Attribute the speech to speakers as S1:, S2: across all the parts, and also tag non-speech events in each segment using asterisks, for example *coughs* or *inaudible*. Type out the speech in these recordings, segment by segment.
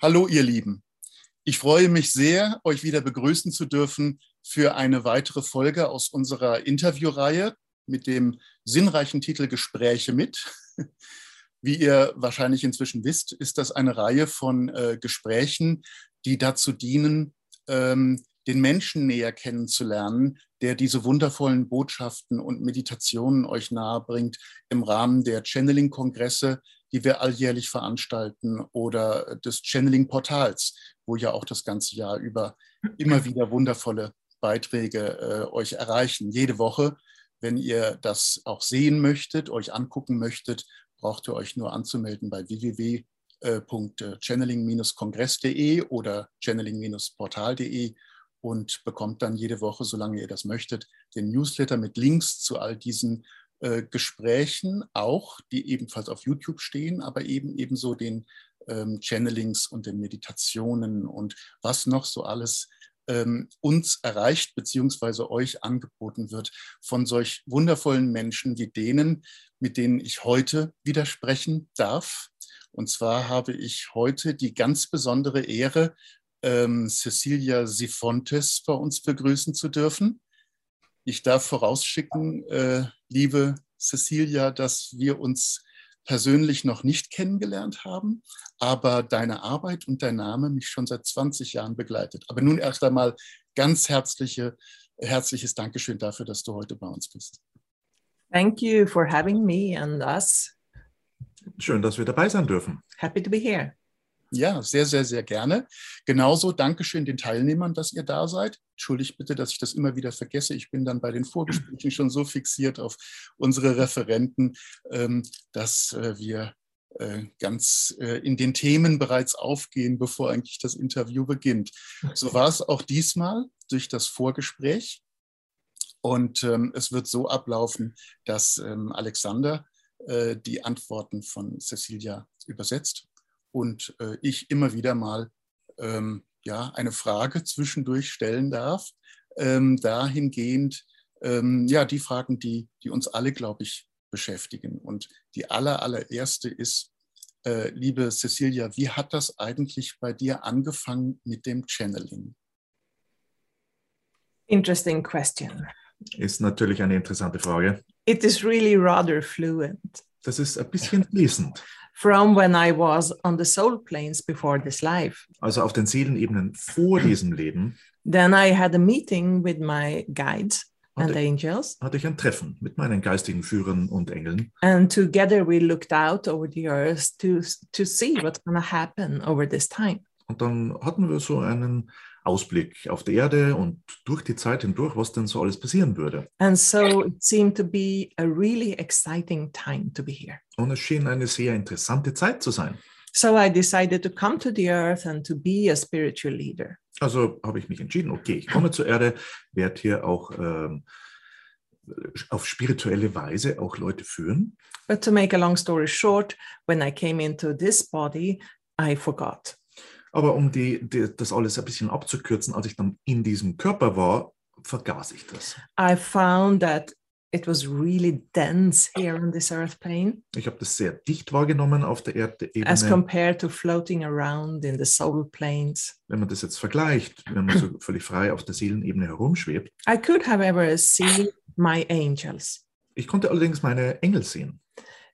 S1: Hallo, ihr Lieben. Ich freue mich sehr, euch wieder begrüßen zu dürfen für eine weitere Folge aus unserer Interviewreihe mit dem sinnreichen Titel Gespräche mit. Wie ihr wahrscheinlich inzwischen wisst, ist das eine Reihe von äh, Gesprächen, die dazu dienen, ähm, den Menschen näher kennenzulernen, der diese wundervollen Botschaften und Meditationen euch nahebringt im Rahmen der Channeling-Kongresse, die wir alljährlich veranstalten, oder des Channeling-Portals, wo ja auch das ganze Jahr über immer wieder wundervolle Beiträge äh, euch erreichen. Jede Woche, wenn ihr das auch sehen möchtet, euch angucken möchtet, braucht ihr euch nur anzumelden bei www.channeling-kongress.de E oder channeling-portal.de E und bekommt dann jede Woche, solange ihr das möchtet, den Newsletter mit Links zu all diesen äh, Gesprächen, auch die ebenfalls auf YouTube stehen, aber eben ebenso den ähm, Channelings und den Meditationen und was noch so alles ähm, uns erreicht beziehungsweise euch angeboten wird von solch wundervollen Menschen wie denen, mit denen ich heute wieder sprechen darf. Und zwar habe ich heute die ganz besondere Ehre, ähm, Cecilia Sifontes bei uns begrüßen zu dürfen. Ich darf vorausschicken, äh, liebe Cecilia, dass wir uns persönlich noch nicht kennengelernt haben, aber deine Arbeit und dein Name mich schon seit 20 Jahren begleitet. Aber nun erst einmal ganz herzliche, herzliches Dankeschön dafür, dass du heute bei uns bist.
S2: Thank you for having me and us.
S3: Schön, dass wir dabei sein dürfen.
S2: Happy to be here.
S1: Ja, sehr, sehr, sehr gerne. Genauso Dankeschön den Teilnehmern, dass ihr da seid. Entschuldigt bitte, dass ich das immer wieder vergesse. Ich bin dann bei den Vorgesprächen schon so fixiert auf unsere Referenten, ähm, dass äh, wir äh, ganz in den Themen bereits aufgehen, bevor eigentlich das Interview beginnt. So war es auch diesmal durch das Vorgespräch. Und ähm, es wird so ablaufen, dass ähm, Alexander äh, die Antworten von Cecilia übersetzt und äh, ich immer wieder mal ähm, ja, eine Frage zwischendurch stellen darf, ähm, dahingehend, ähm, ja, die Fragen, die, die uns alle, glaube ich, beschäftigen. Und die aller, allererste ist, äh, liebe Cecilia, wie hat das eigentlich bei dir angefangen mit dem Channeling?
S2: Interesting question.
S3: Ist natürlich eine interessante Frage.
S2: It is really rather fluent.
S3: Das ist ein bisschen fließend.
S2: From when I was on the soul planes before this life.
S3: Also auf den Seelenebenen vor diesem Leben.
S2: Then I had a meeting with my guides and
S3: Hatte-
S2: angels,
S3: Hatte ich ein Treffen mit meinen geistigen Führern und Engeln.
S2: and together we looked out over the earth to to see what's going to happen over this time.
S3: Und dann hatten wir so einen Ausblick auf die Erde und durch die Zeit hindurch, was denn so alles passieren würde.
S2: And so it seemed to be a really exciting time to be here.
S3: Und es schien eine sehr interessante Zeit zu sein.
S2: So I decided to come to the earth and to be a spiritual leader.
S3: Also habe ich mich entschieden, okay, ich komme zur Erde, werde hier auch ähm, auf spirituelle Weise auch Leute führen.
S2: But to make a long story short, when I came into this body, I forgot.
S3: Aber um die, die, das alles ein bisschen abzukürzen, als ich dann in diesem Körper war, vergaß ich das.
S2: I found that it was really dense here on this earth plane
S3: Ich habe das sehr dicht wahrgenommen auf der Erdebene.
S2: as compared to floating around in the soul planes.
S3: wenn man das jetzt vergleicht, wenn man so völlig frei auf der Seelenebene herumschwebt.
S2: I could, however, see my angels.
S3: Ich konnte allerdings meine Engel sehen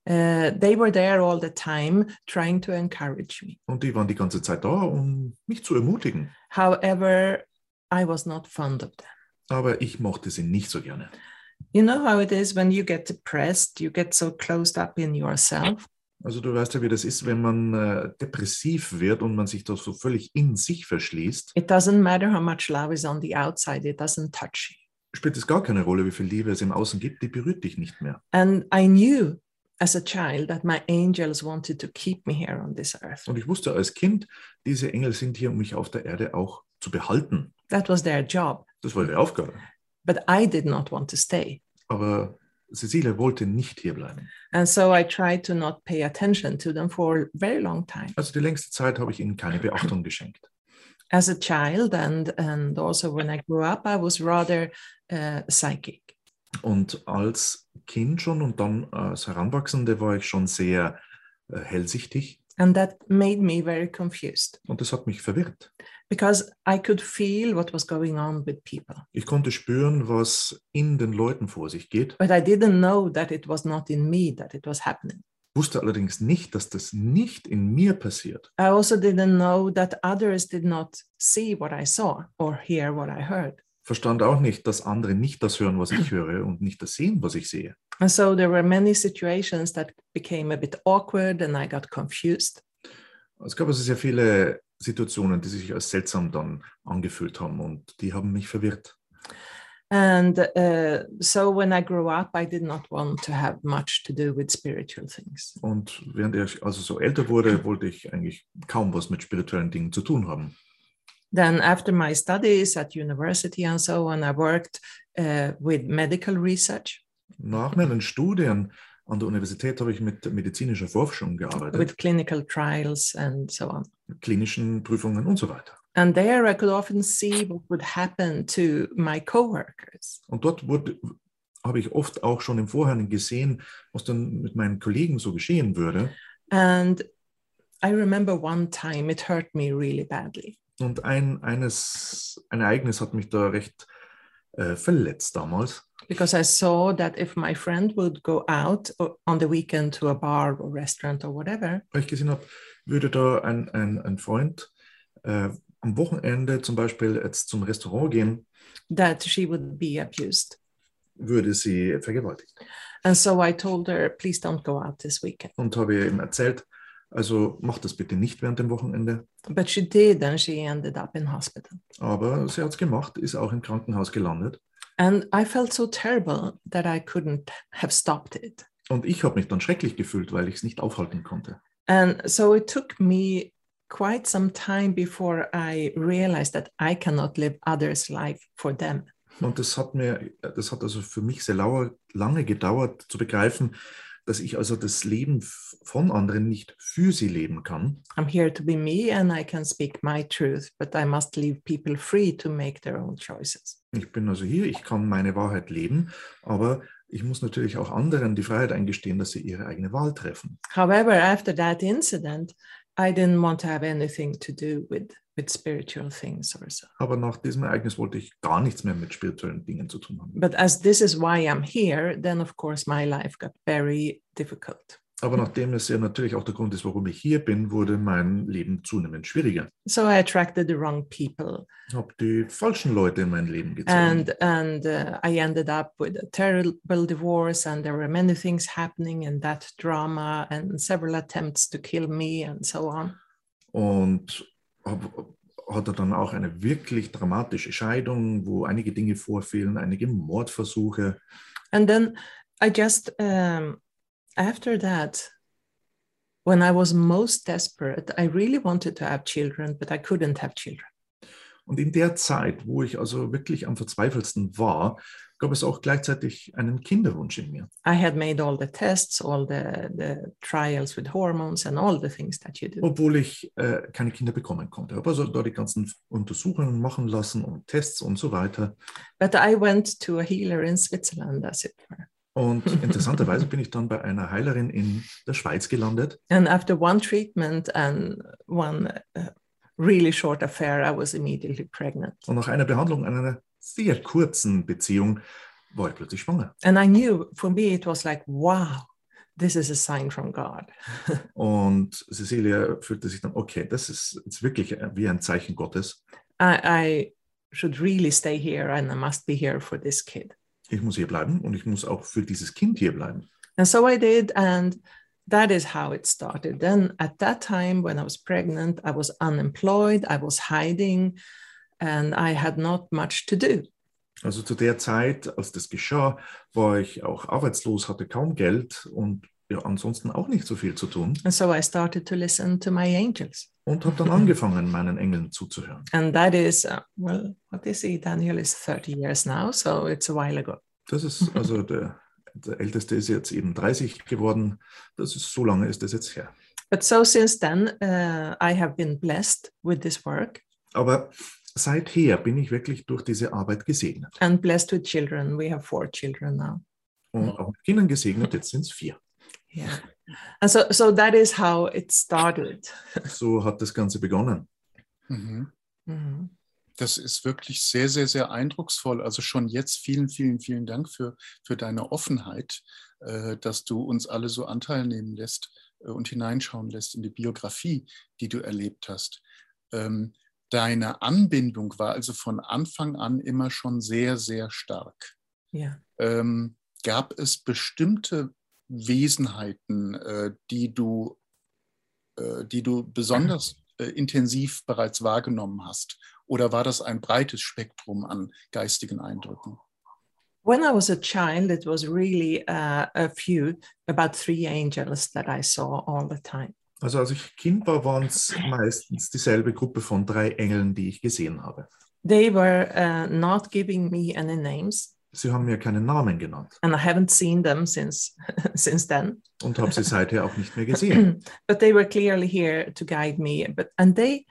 S2: Uh, they were there all the time trying to encourage me.
S3: und die waren die ganze Zeit da, um mich zu ermutigen.
S2: However, I was not fond of them.
S3: Aber ich mochte sie nicht so gerne.
S2: You know how it is when you get depressed, you get so closed up in yourself.
S3: Also du weißt ja, wie das ist, wenn man äh, depressiv wird und man sich da so völlig in sich verschließt,
S2: It doesn't matter how much love is on the outside, it doesn't touch you.
S3: spielt es gar keine Rolle, wie viel Liebe es im Außen gibt, die berührt dich nicht mehr.
S2: And I knew as a child that my angels wanted to keep me here on this earth.
S3: Und ich wusste als Kind, diese Engel sind hier, um mich auf der Erde auch zu behalten.
S2: That was their job,
S3: Das war ihre Aufgabe.
S2: but I did not want to stay.
S3: Aber Cecilia wollte nicht hier bleiben.
S2: And so I tried to not pay attention to them for a very long time
S3: Also die längste Zeit habe ich ihnen keine Beachtung geschenkt.
S2: as a child. And, and also when I grew up, I was rather uh, psychic.
S3: Und als Kind schon und dann als Heranwachsende war ich schon sehr äh, hellsichtig
S2: And that made me very confused
S3: Und das hat mich verwirrt.
S2: because I could feel what was going on with people,
S3: Ich konnte spüren, was in den Leuten vor sich geht,
S2: but I didn't know that it was not in me that it was happening.
S3: wusste allerdings nicht, dass das nicht in mir passiert.
S2: I also didn't know that others did not see what I saw or hear what I heard.
S3: Verstand auch nicht, dass andere nicht das hören, was ich höre und nicht das sehen, was ich sehe.
S2: And so there were many situations that became a bit awkward and I got confused.
S3: Es gab also sehr viele Situationen, die sich als seltsam dann angefühlt haben und die haben mich verwirrt.
S2: And uh, so when I grew up, I did not want to have much to do with spiritual things.
S3: Und während ich also so älter wurde, wollte ich eigentlich kaum was mit spirituellen Dingen zu tun haben.
S2: Then, after my studies at university and so on, I worked uh, with medical research,
S3: Nach meinen Studien an der Universität habe ich mit medizinischer Forschung gearbeitet,
S2: with clinical trials and so on.
S3: mit klinischen Prüfungen und so weiter.
S2: And there I could often see what would happen to my coworkers.
S3: Und dort wurde, habe ich oft auch schon im Vorhinein gesehen, was dann mit meinen Kollegen so geschehen würde.
S2: And I remember one time it hurt me really badly.
S3: Und ein, eines, ein Ereignis hat mich da recht äh, verletzt damals.
S2: because I saw that if my friend would go out o- on the weekend to a bar or restaurant or whatever,
S3: weil ich gesehen habe, würde da ein, ein, ein Freund äh, am Wochenende zum Beispiel jetzt zum Restaurant gehen,
S2: that she would be abused.
S3: würde sie vergewaltigt.
S2: And so I told her, please don't go out this weekend.
S3: Und habe ihr eben erzählt, also mach das bitte nicht während dem Wochenende.
S2: But she did, and she ended up in hospital.
S3: Aber sie hat es gemacht, ist auch im Krankenhaus gelandet.
S2: And I felt so terrible that I couldn't have stopped it.
S3: Und ich habe mich dann schrecklich gefühlt, weil ich es nicht aufhalten konnte.
S2: And so it took me quite some time before I realized that I cannot live others' life for them.
S3: Und das hat mir, das hat also für mich sehr lauer, lange gedauert zu begreifen, dass ich also das Leben f- von anderen nicht für sie leben kann,
S2: I'm here to be me and I can speak my truth, but I must leave people free to make their own choices.
S3: Ich bin also hier, ich kann meine Wahrheit leben, aber ich muss natürlich auch anderen die Freiheit eingestehen, dass sie ihre eigene Wahl treffen.
S2: However, after that incident, I didn't want to have anything to do with, with spiritual things or so.
S3: Aber nach diesem Ereignis wollte ich gar nichts mehr mit spirituellen Dingen zu tun haben.
S2: But as this is why I'm here, then of course my life got very difficult.
S3: Aber nachdem es ja natürlich auch der Grund ist, warum ich hier bin, wurde mein Leben zunehmend schwieriger.
S2: So I attracted the wrong people
S3: Ich habe die falschen Leute in mein Leben gezogen.
S2: and and uh, I ended up with a terrible divorce and there were many things happening and that drama and several attempts to kill me and so on.
S3: und hab, hatte dann auch eine wirklich dramatische Scheidung, wo einige Dinge vorfielen, einige Mordversuche.
S2: and then i just um, after that when i was most desperate i really wanted to have children but i couldn't have children
S3: Und in der Zeit, wo ich also wirklich am verzweifelsten war, gab es auch gleichzeitig einen Kinderwunsch in mir.
S2: i had made all the tests all the, the trials with hormones and all the things that you do
S3: Obwohl ich äh, keine Kinder bekommen konnte. Habe also da die ganzen Untersuchungen machen lassen und Tests und so weiter.
S2: but i went to a healer in switzerland as it were
S3: Und interessanterweise bin ich dann bei einer Heilerin in der Schweiz gelandet.
S2: and after one treatment and one uh, really short affair i was immediately pregnant
S3: Und nach einer Behandlung in einer sehr kurzen Beziehung war ich plötzlich schwanger.
S2: and i knew for me it was like wow this is a sign from god
S3: Und Cecilia fühlte sich dann, okay, das ist jetzt wirklich äh, wie ein Zeichen Gottes.
S2: I, I should really stay here and I must be here for this kid.
S3: Ich muss hier bleiben und ich muss auch für dieses Kind hier bleiben.
S2: And so I did. And that is how it started. Then at that time, when I was pregnant, I was unemployed, I was hiding, and I had not much to do.
S3: Also zu der Zeit, als das geschah, war ich auch arbeitslos, hatte kaum Geld und ja, ansonsten auch nicht so viel zu tun
S2: And so I started to listen to my angels.
S3: und habe dann angefangen, meinen Engeln zuzuhören.
S2: And that is, uh, well, what is he? Daniel is 30 years now. So it's a while ago.
S3: Das ist also der, der Älteste ist jetzt eben 30 geworden. Das ist so lange ist das jetzt her.
S2: But so since then, uh, I have been blessed with this work
S3: Aber seither bin ich wirklich durch diese Arbeit gesegnet
S2: and blessed with children. We have four children now.
S3: und auch mit Kindern gesegnet. Jetzt sind es vier.
S2: Yeah. And so, so that is how it started.
S3: So hat das Ganze begonnen.
S1: Mhm.
S2: Mhm.
S1: Das ist wirklich sehr, sehr, sehr eindrucksvoll. Also schon jetzt vielen, vielen, vielen Dank für, für deine Offenheit, äh, dass du uns alle so Anteil nehmen lässt äh, und hineinschauen lässt in die Biografie, die du erlebt hast. Ähm, deine Anbindung war also von Anfang an immer schon sehr, sehr stark.
S2: Yeah.
S1: Ähm, gab es bestimmte Wesenheiten, äh, die du, äh, die du besonders äh, intensiv bereits wahrgenommen hast? Oder war das ein breites Spektrum an geistigen Eindrücken?
S2: When I was a child, it was really uh, a few, about three angels that I saw all the time.
S3: Also als ich Kind war, waren es meistens dieselbe Gruppe von drei Engeln, die ich gesehen habe.
S2: They were uh, not giving me any names,
S3: Sie haben mir keinen Namen genannt
S2: and I haven't seen them since *laughs* since then.
S3: und habe sie seither auch nicht mehr gesehen.
S2: *clears throat* but they were clearly here to guide me. But and they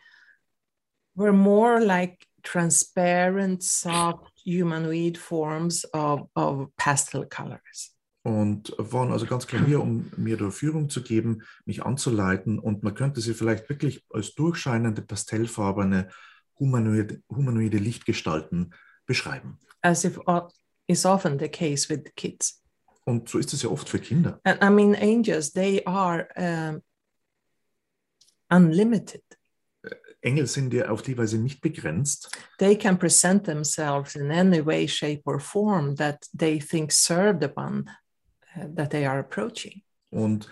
S2: were more like transparent, soft humanoid forms of, of pastel colors.
S3: Und waren also ganz klar hier, um mir da Führung zu geben, mich anzuleiten. Und man könnte sie vielleicht wirklich als durchscheinende, pastellfarbene, humanoide, humanoide Lichtgestalten beschreiben.
S2: as if o- is often the case with kids.
S3: Und so ist es ja oft für Kinder.
S2: And I mean, angels, they are um, unlimited.
S3: Engel sind ja auf die Weise nicht begrenzt.
S2: They can present themselves in any way, shape, or form that they think serve the one uh, that they are approaching.
S3: Und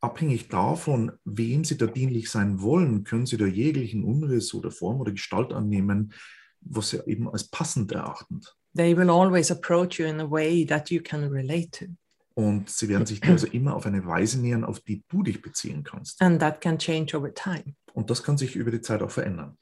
S3: abhängig davon, wem sie da dienlich sein wollen, können sie da jeglichen Umriss oder Form oder Gestalt annehmen, was sie eben als passend erachten.
S2: They will always approach you in a way that you can relate to.
S3: Und sie werden sich dir also immer auf eine Weise nähern, auf die du dich beziehen kannst.
S2: And that can change over time.
S3: Und das kann sich über die Zeit auch verändern.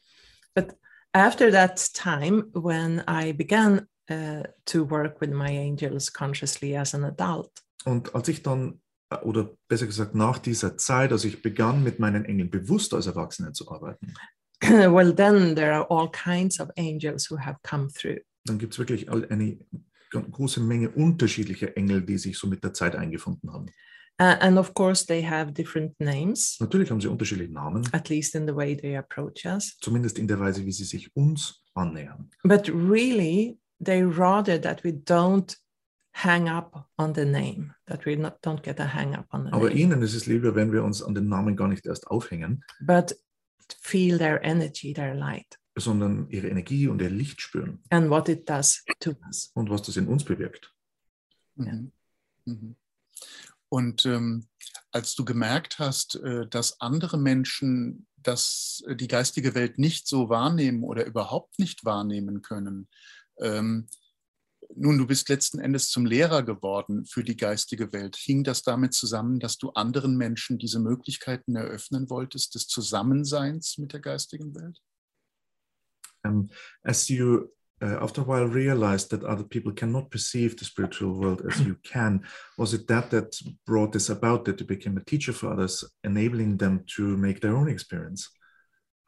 S2: After that time, when I began uh, to work with my angels consciously as an adult,
S3: Und als ich dann, äh, oder besser gesagt nach dieser Zeit, als ich begann, mit meinen Engeln bewusst als Erwachsener zu arbeiten,
S2: *clears throat* well, then there are all kinds of angels who have come through.
S3: dann gibt es wirklich all- eine gan- große Menge unterschiedlicher Engel, die sich so mit der Zeit eingefunden haben.
S2: Uh, and of course, they have different names,
S3: Natürlich haben sie unterschiedliche Namen,
S2: at least in the way they approach us.
S3: zumindest in der Weise, wie sie sich uns annähern.
S2: But really, they rather that we don't hang up on the name, that we not, don't get a hang up on the
S3: Aber
S2: name,
S3: ihnen ist es lieber, wenn wir uns an den Namen gar nicht erst aufhängen,
S2: but feel their energy, their light,
S3: sondern ihre Energie und ihr Licht spüren
S2: and what it does to us.
S3: und was das in uns bewirkt.
S1: Mhm. Mhm. Und ähm, als du gemerkt hast, äh, dass andere Menschen das, äh, die geistige Welt nicht so wahrnehmen oder überhaupt nicht wahrnehmen können, ähm, nun, du bist letzten Endes zum Lehrer geworden für die geistige Welt. Hing das damit zusammen, dass du anderen Menschen diese Möglichkeiten eröffnen wolltest, des Zusammenseins mit der geistigen Welt?
S3: Um, as you, uh, after a while, realized that other people cannot perceive the spiritual world as you can, was it that that brought this about that you became a teacher for others, enabling them to make their own experience?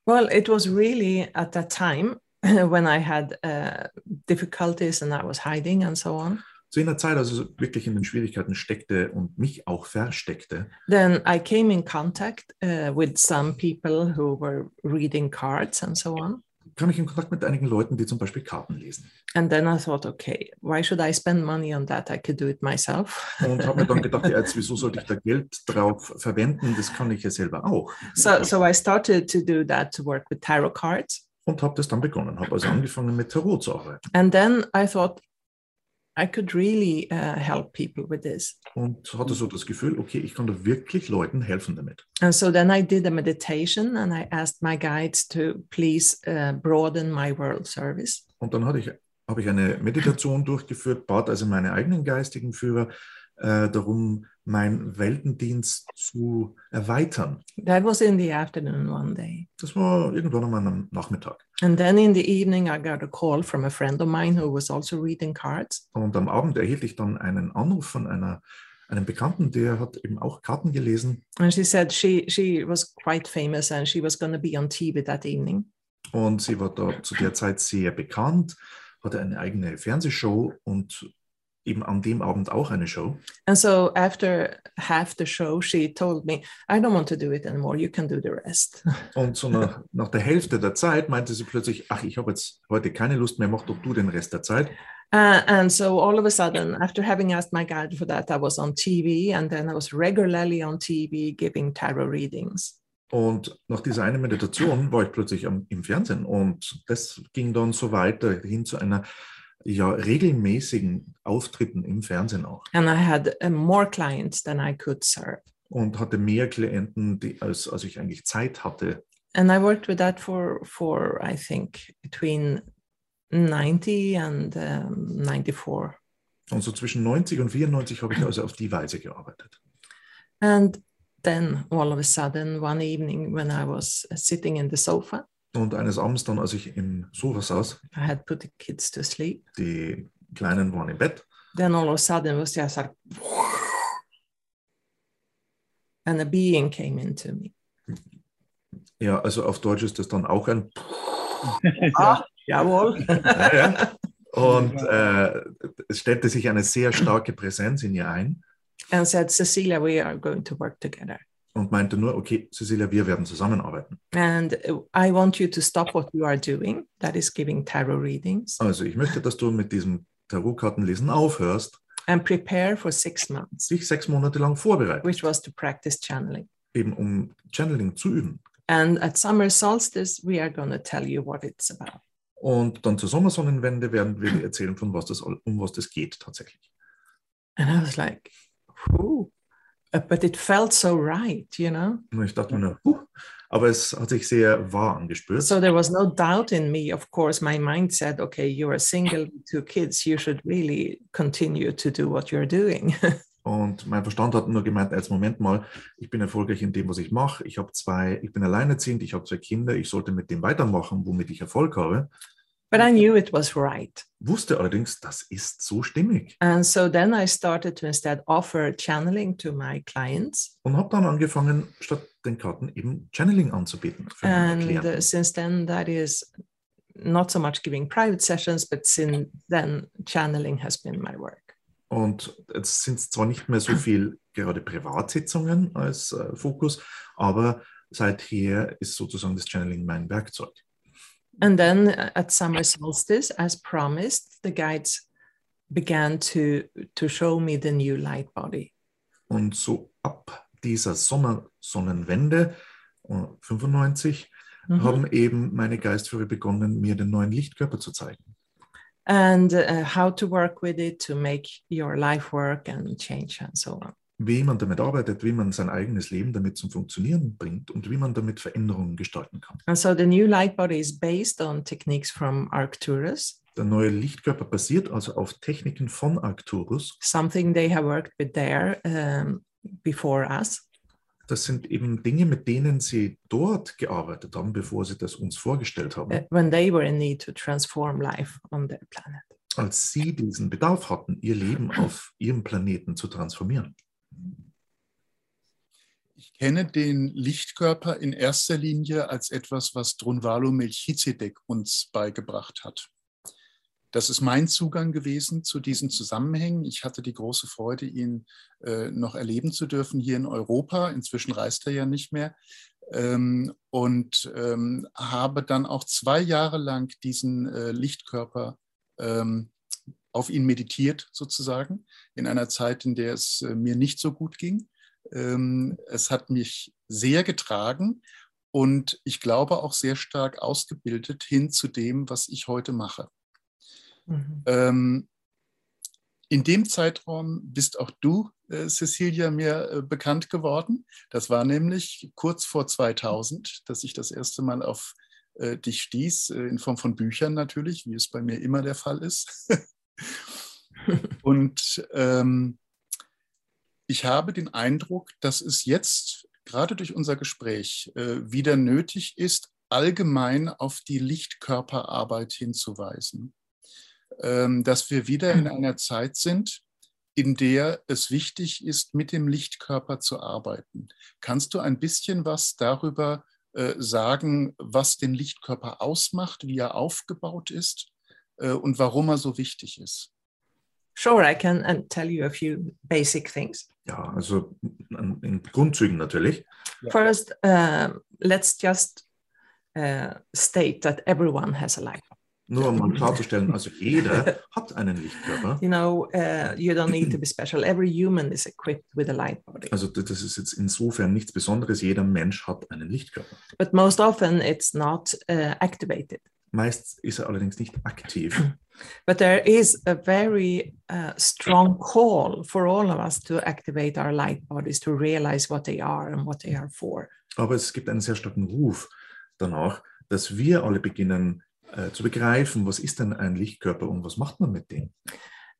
S2: Well, it was really at that time *clears throat* when I had uh, difficulties and I was hiding and so on.
S3: Zu jener Zeit, als ich so wirklich in den Schwierigkeiten steckte und mich auch versteckte,
S2: then I came in contact uh, with some people who were reading cards and so on.
S3: kam ich in Kontakt mit einigen Leuten, die zum Beispiel Karten lesen.
S2: And then I thought, okay, why should I spend money on that? I could do it myself. *laughs*
S3: Und habe mir dann gedacht, ja, jetzt, wieso sollte ich da Geld drauf verwenden? Das kann ich ja selber auch.
S2: so, so I started to do that to work with tarot cards.
S3: Und habe das dann begonnen, habe also angefangen mit Tarot zu arbeiten.
S2: And then I thought, I could really uh, help people with this.
S3: und hatte so das Gefühl, okay, ich kann da wirklich Leuten helfen damit.
S2: And so then I did a meditation and I asked my guides to please uh, broaden my world service.
S3: Und dann hatte ich, habe ich eine Meditation durchgeführt, bat also meine eigenen geistigen Führer äh, darum, meinen Weltendienst zu erweitern.
S2: That was in the afternoon one day.
S3: Das war irgendwann am anderen Nachmittag.
S2: And then in the evening, I got a call from a friend of mine who was also reading cards.
S3: Und am Abend erhielt ich dann einen Anruf von einer, einem Bekannten, der hat eben auch Karten gelesen.
S2: And she said she, she was quite famous and she was going to be on TV that evening.
S3: Und sie war da zu der Zeit sehr bekannt, hatte eine eigene Fernsehshow und eben an dem Abend auch eine Show.
S2: And so after half the show, she told me, I don't want to do it anymore. You can do the rest. *laughs*
S3: Und so nach, nach der Hälfte der Zeit meinte sie plötzlich, ach, ich habe jetzt heute keine Lust mehr, mach doch du den Rest der Zeit.
S2: Uh, and so all of a sudden, after having asked my guide for that, I was on TV and then I was regularly on TV giving tarot readings.
S3: Und nach dieser einen Meditation war ich plötzlich am, im Fernsehen und das ging dann so weiter hin zu einer ja, regelmäßigen Auftritten im Fernsehen auch
S2: And I had uh, more clients than I could serve.
S3: und hatte mehr Klienten, die, als, als ich eigentlich Zeit hatte.
S2: And I worked with that for, for I think, between 90 and um, 94.
S3: Und so zwischen 90 und 94 habe ich also auf die Weise gearbeitet.
S2: And then all of a sudden, one evening when I was uh, sitting in the sofa,
S3: Und eines Abends dann, als ich im Sofa saß,
S2: I had put the kids to sleep.
S3: die Kleinen waren im Bett,
S2: Then all of a sudden, it was just like, *laughs* and a being came into me.
S3: ja, also auf Deutsch ist das dann auch ein
S2: Ah, jawohl.
S3: Ja, ja. Und äh, es stellte sich eine sehr starke Präsenz in ihr ein
S2: *laughs* and said, Cecilia, we are going to work together.
S3: und meinte nur, okay, Cecilia, wir werden zusammenarbeiten.
S2: And uh, I want you to stop what you are doing, that is giving tarot readings,
S3: Also ich möchte, dass du mit diesem Tarotkartenlesen aufhörst,
S2: and prepare for six months,
S3: dich sechs Monate lang vorbereiten,
S2: which was to practice channeling.
S3: eben um Channeling zu üben.
S2: And at summer solstice, we are going to tell you what it's about.
S3: Und dann zur Sommersonnenwende werden wir dir erzählen, von was das, um was das geht tatsächlich.
S2: And I was like, whew. Uh, But it felt so right, you know?
S3: Und ich dachte mir, nur, huh, aber es hat sich sehr wahr angespürt.
S2: So there was no doubt in me. Of course, my mind said, okay, you are single with two kids. You should really continue to do what you're doing. *laughs*
S3: Und mein Verstand hat nur gemeint, als Moment mal, ich bin erfolgreich in dem, was ich mache. Ich habe zwei, ich bin alleinerziehend, ich habe zwei Kinder, ich sollte mit dem weitermachen, womit ich Erfolg habe.
S2: but I knew it was right.
S3: Wusste allerdings, das ist so stimmig.
S2: And so then I started to instead offer channeling to my clients.
S3: Und habe dann angefangen, statt den Karten eben Channeling anzubieten. Für meine
S2: and uh,
S3: Klienten.
S2: since then, that is not so much giving private sessions, but since then, channeling has been my work.
S3: Und jetzt sind zwar nicht mehr so viel gerade Privatsitzungen als äh, Fokus, aber seither ist sozusagen das Channeling mein Werkzeug.
S2: And then uh, at summer solstice, as promised, the guides began to to show me the new light body.
S3: Und so ab dieser Sommer Sonnenwende äh, 95
S2: Mhm. Mm-hmm.
S3: haben eben meine Geistführer begonnen, mir den neuen Lichtkörper zu zeigen
S2: And uh, how to work with it to make your life work and change and so on.
S3: wie man damit arbeitet, wie man sein eigenes Leben damit zum Funktionieren bringt und wie man damit Veränderungen gestalten kann.
S2: And so the new light body is based on techniques from Arcturus,
S3: Der neue Lichtkörper basiert also auf Techniken von Arcturus.
S2: something they have worked with there um, before us.
S3: Das sind eben Dinge, mit denen sie dort gearbeitet haben, bevor sie das uns vorgestellt
S2: uh,
S3: haben.
S2: when they were in need to transform life on their planet.
S3: Als sie diesen Bedarf hatten, ihr Leben auf ihrem Planeten zu transformieren.
S1: Ich kenne den Lichtkörper in erster Linie als etwas, was Drunvalo Melchizedek uns beigebracht hat. Das ist mein Zugang gewesen zu diesen Zusammenhängen. Ich hatte die große Freude, ihn äh, noch erleben zu dürfen hier in Europa. Inzwischen reist er ja nicht mehr. Ähm, und ähm, habe dann auch zwei Jahre lang diesen äh, Lichtkörper ähm, auf ihn meditiert, sozusagen, in einer Zeit, in der es äh, mir nicht so gut ging. Ähm, es hat mich sehr getragen und ich glaube auch sehr stark ausgebildet hin zu dem, was ich heute mache.
S2: Mm-hmm.
S1: Ähm, in dem Zeitraum bist auch du, äh, Cecilia, mir äh, bekannt geworden. Das war nämlich kurz vor 2000, dass ich das erste Mal auf äh, dich stieß, äh, in Form von Büchern natürlich, wie es bei mir immer der Fall ist. Und ähm, ich habe den Eindruck, dass es jetzt gerade durch unser Gespräch äh, wieder nötig ist, allgemein auf die Lichtkörperarbeit hinzuweisen. Ähm, dass wir wieder in einer Zeit sind, in der es wichtig ist, mit dem Lichtkörper zu arbeiten. Kannst du ein bisschen was darüber äh, sagen, was den Lichtkörper ausmacht, wie er aufgebaut ist äh, und warum er so wichtig ist?
S2: Sure, I can uh, tell you a few basic things.
S3: Ja, also an- in Grundzügen natürlich.
S1: Yeah.
S2: First, um, let's just uh, state that everyone has a light.
S3: Nur um mal klarzustellen, also jeder hat einen Lichtkörper.
S2: You know, uh, you don't need to be special. Every human is equipped with a light body.
S3: Also d- das ist jetzt insofern nichts Besonderes. Jeder Mensch hat einen Lichtkörper.
S2: But most often it's not uh, activated.
S3: Meist ist er allerdings nicht aktiv.
S2: But there is a very uh, strong call for all of us to activate our light bodies to realize what they are and what they are for.
S3: Aber es gibt einen sehr starken Ruf danach, dass wir alle beginnen äh, zu begreifen, was ist denn ein Lichtkörper und was macht man mit dem?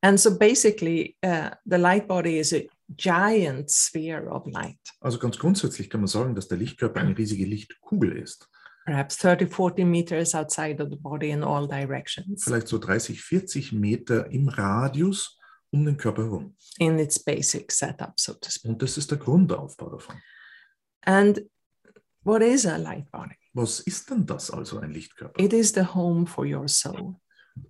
S2: And so basically, uh, the light body is a giant sphere of light,
S3: Also ganz grundsätzlich kann man sagen, dass der Lichtkörper eine riesige Lichtkugel ist.
S2: perhaps 30, 40 meters outside of the body in all directions
S3: Vielleicht so 30, 40 Meter im Radius um den Körper herum.
S2: in its basic setup, so to speak.
S3: Und das ist der Grundaufbau davon.
S2: And what is a light body?
S3: Was ist denn das also ein Lichtkörper?
S2: It is the home for your soul.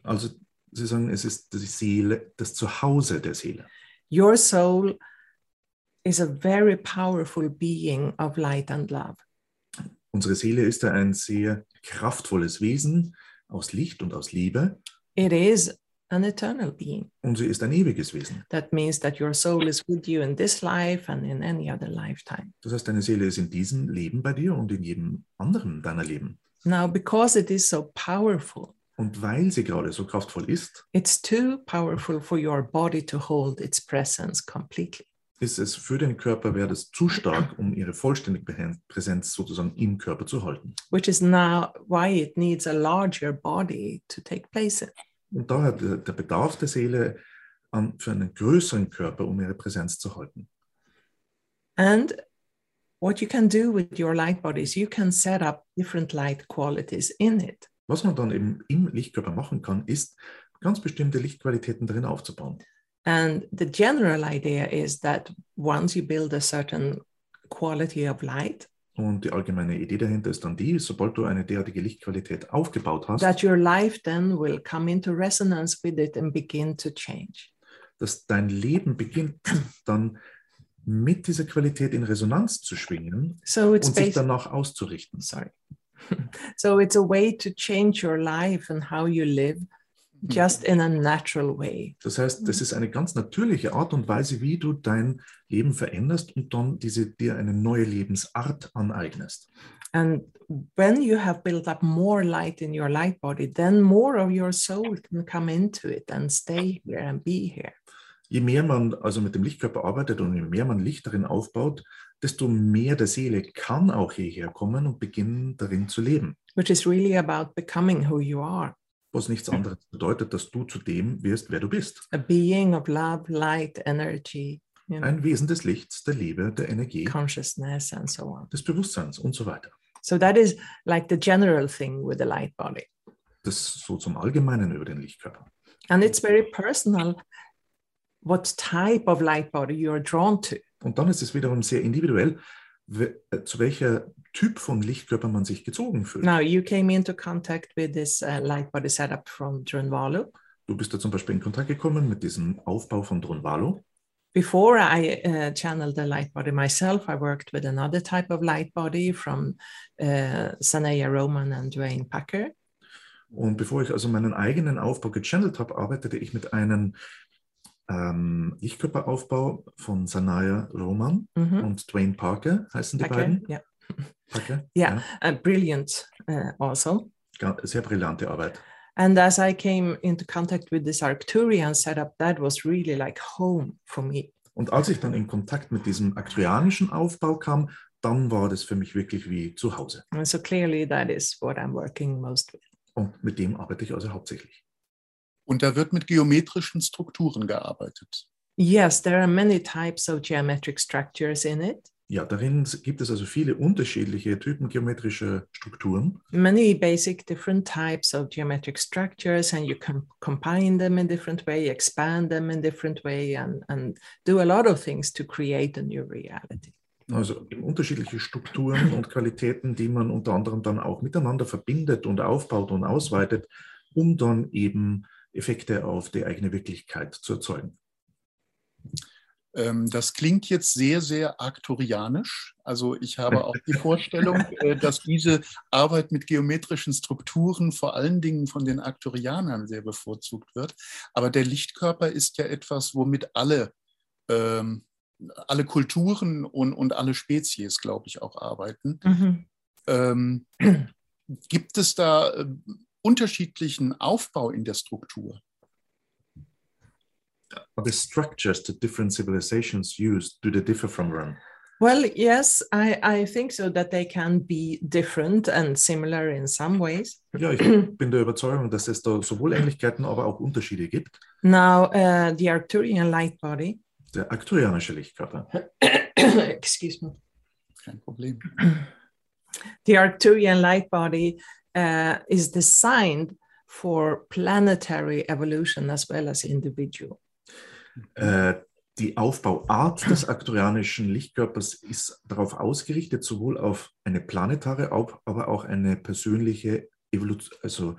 S3: Also Sie sagen, es ist die Seele, das Zuhause der Seele.
S2: Your soul is a very powerful being of light and love.
S3: Unsere Seele ist ja ein sehr kraftvolles Wesen aus Licht und aus Liebe
S2: It is an eternal being.
S3: und sie ist ein ewiges Wesen.
S2: That means that your soul is with you in this life and in any other lifetime.
S3: Das heißt, deine Seele ist in diesem Leben bei dir und in jedem anderen deiner Leben.
S2: Now, because it is so powerful,
S3: Und weil sie gerade so kraftvoll ist,
S2: it's too powerful for your body to hold its presence completely.
S3: ist es für den Körper, wäre das zu stark, um ihre vollständige Präsen- Präsenz sozusagen im Körper zu halten.
S2: Which is now why it needs a larger body to take place in.
S3: Und daher der, der Bedarf der Seele an, für einen größeren Körper, um ihre Präsenz zu halten.
S2: And what you can do with your light body is you can set up different light qualities in it.
S3: Was man dann eben im Lichtkörper machen kann, ist, ganz bestimmte Lichtqualitäten darin aufzubauen.
S2: And the general idea is that once you build a certain quality of light,
S3: Und die allgemeine Idee dahinter ist dann die, sobald du eine derartige Lichtqualität aufgebaut hast,
S2: that your life then will come into resonance with it and begin to change.
S3: dass dein Leben beginnt dann mit dieser Qualität in Resonanz zu schwingen
S2: So it's
S3: und sich
S2: basi-
S3: danach auszurichten.
S2: sorry. *laughs* so it's a way to change your life and how you live
S1: Mm.
S2: just in a natural way.
S3: Das heißt, das ist eine ganz natürliche Art und Weise, wie du dein Leben veränderst und dann diese, dir eine neue Lebensart aneignest.
S2: And when you have built up more light in your light body, then more of your soul can come into it and stay here and be here.
S3: Je mehr man also mit dem Lichtkörper arbeitet und je mehr man Licht darin aufbaut, desto mehr der Seele kann auch hierher kommen und beginnen darin zu leben.
S2: which is really about becoming who you are
S3: Was nichts anderes bedeutet, dass du zu dem wirst, wer du bist.
S2: a being of love, light, energy, you know,
S3: Ein Wesen des Lichts, der Liebe, der Energie,
S2: consciousness, and so on.
S3: des Bewusstseins und so weiter.
S2: So, that is like the general thing with the light body.
S3: Das so zum Allgemeinen über den Lichtkörper.
S2: And it's very personal what type of light body you are drawn to.
S3: Und dann ist es wiederum sehr individuell, we- äh, zu welcher Typ von Lichtkörper man sich gezogen fühlt.
S2: Now, you came into contact with this uh, light body setup from Drunvalu.
S3: Du bist da zum Beispiel in Kontakt gekommen mit diesem Aufbau von Drunvalo.
S2: Before I uh, channeled the light body myself, I worked with another type of light body from uh, Sanaya Roman and Dwayne Packer.
S3: Und bevor ich also meinen eigenen Aufbau gechannelt habe, arbeitete ich mit einem ähm, Lichtkörperaufbau von Sanaya Roman
S2: Mhm.
S3: und Dwayne Parker, heißen die
S2: Packer,
S3: beiden.
S2: yeah.
S3: Parker?
S2: Ja. uh, brilliant uh, also.
S3: ja. ga- Sehr brillante Arbeit.
S2: And as I came into contact with this Arcturian setup, that was really like home for me.
S3: Und als ich dann in Kontakt mit diesem aktuarianischen Aufbau kam, dann war das für mich wirklich wie zu Hause.
S2: And so clearly, that is what I'm working most with.
S3: Und mit dem arbeite ich also hauptsächlich.
S1: Und da wird mit geometrischen Strukturen gearbeitet.
S2: Yes, there are many types of geometric structures in it.
S3: Ja, darin gibt es also viele unterschiedliche Typen geometrischer Strukturen.
S2: Many basic different types of geometric structures, and you can combine them in different way, expand them in different way, and, and do a lot of things to create a new reality.
S3: Also unterschiedliche Strukturen und Qualitäten, die man unter anderem dann auch miteinander verbindet und aufbaut und ausweitet, um dann eben Effekte auf die eigene Wirklichkeit zu erzeugen.
S1: Ähm, das klingt jetzt sehr, sehr aktorianisch. Also ich habe auch die Vorstellung, äh, dass diese Arbeit mit geometrischen Strukturen vor allen Dingen von den Aktorianern sehr bevorzugt wird. Aber der Lichtkörper ist ja etwas, womit alle, ähm, alle Kulturen und, und alle Spezies, glaube ich, auch arbeiten. Mhm. Ähm, gibt es da äh, unterschiedlichen Aufbau in der Struktur?
S3: Are the structures that different civilizations use, do they differ from one?
S2: Well, yes, I, I think so that they can be different and similar in some ways.
S3: Ja, ich bin der Überzeugung, dass es da sowohl Ähnlichkeiten, aber auch Unterschiede gibt.
S2: Now, uh, the Arcturian light body, *coughs*
S3: Der arcturianische Lichtkörper,
S2: excuse me,
S1: Kein Problem.
S2: the Arcturian light body uh, is designed for planetary evolution as well as individual.
S3: äh, die Aufbauart des arcturianischen Lichtkörpers ist darauf ausgerichtet, sowohl auf eine planetare, auf- aber auch eine persönliche Evolution, also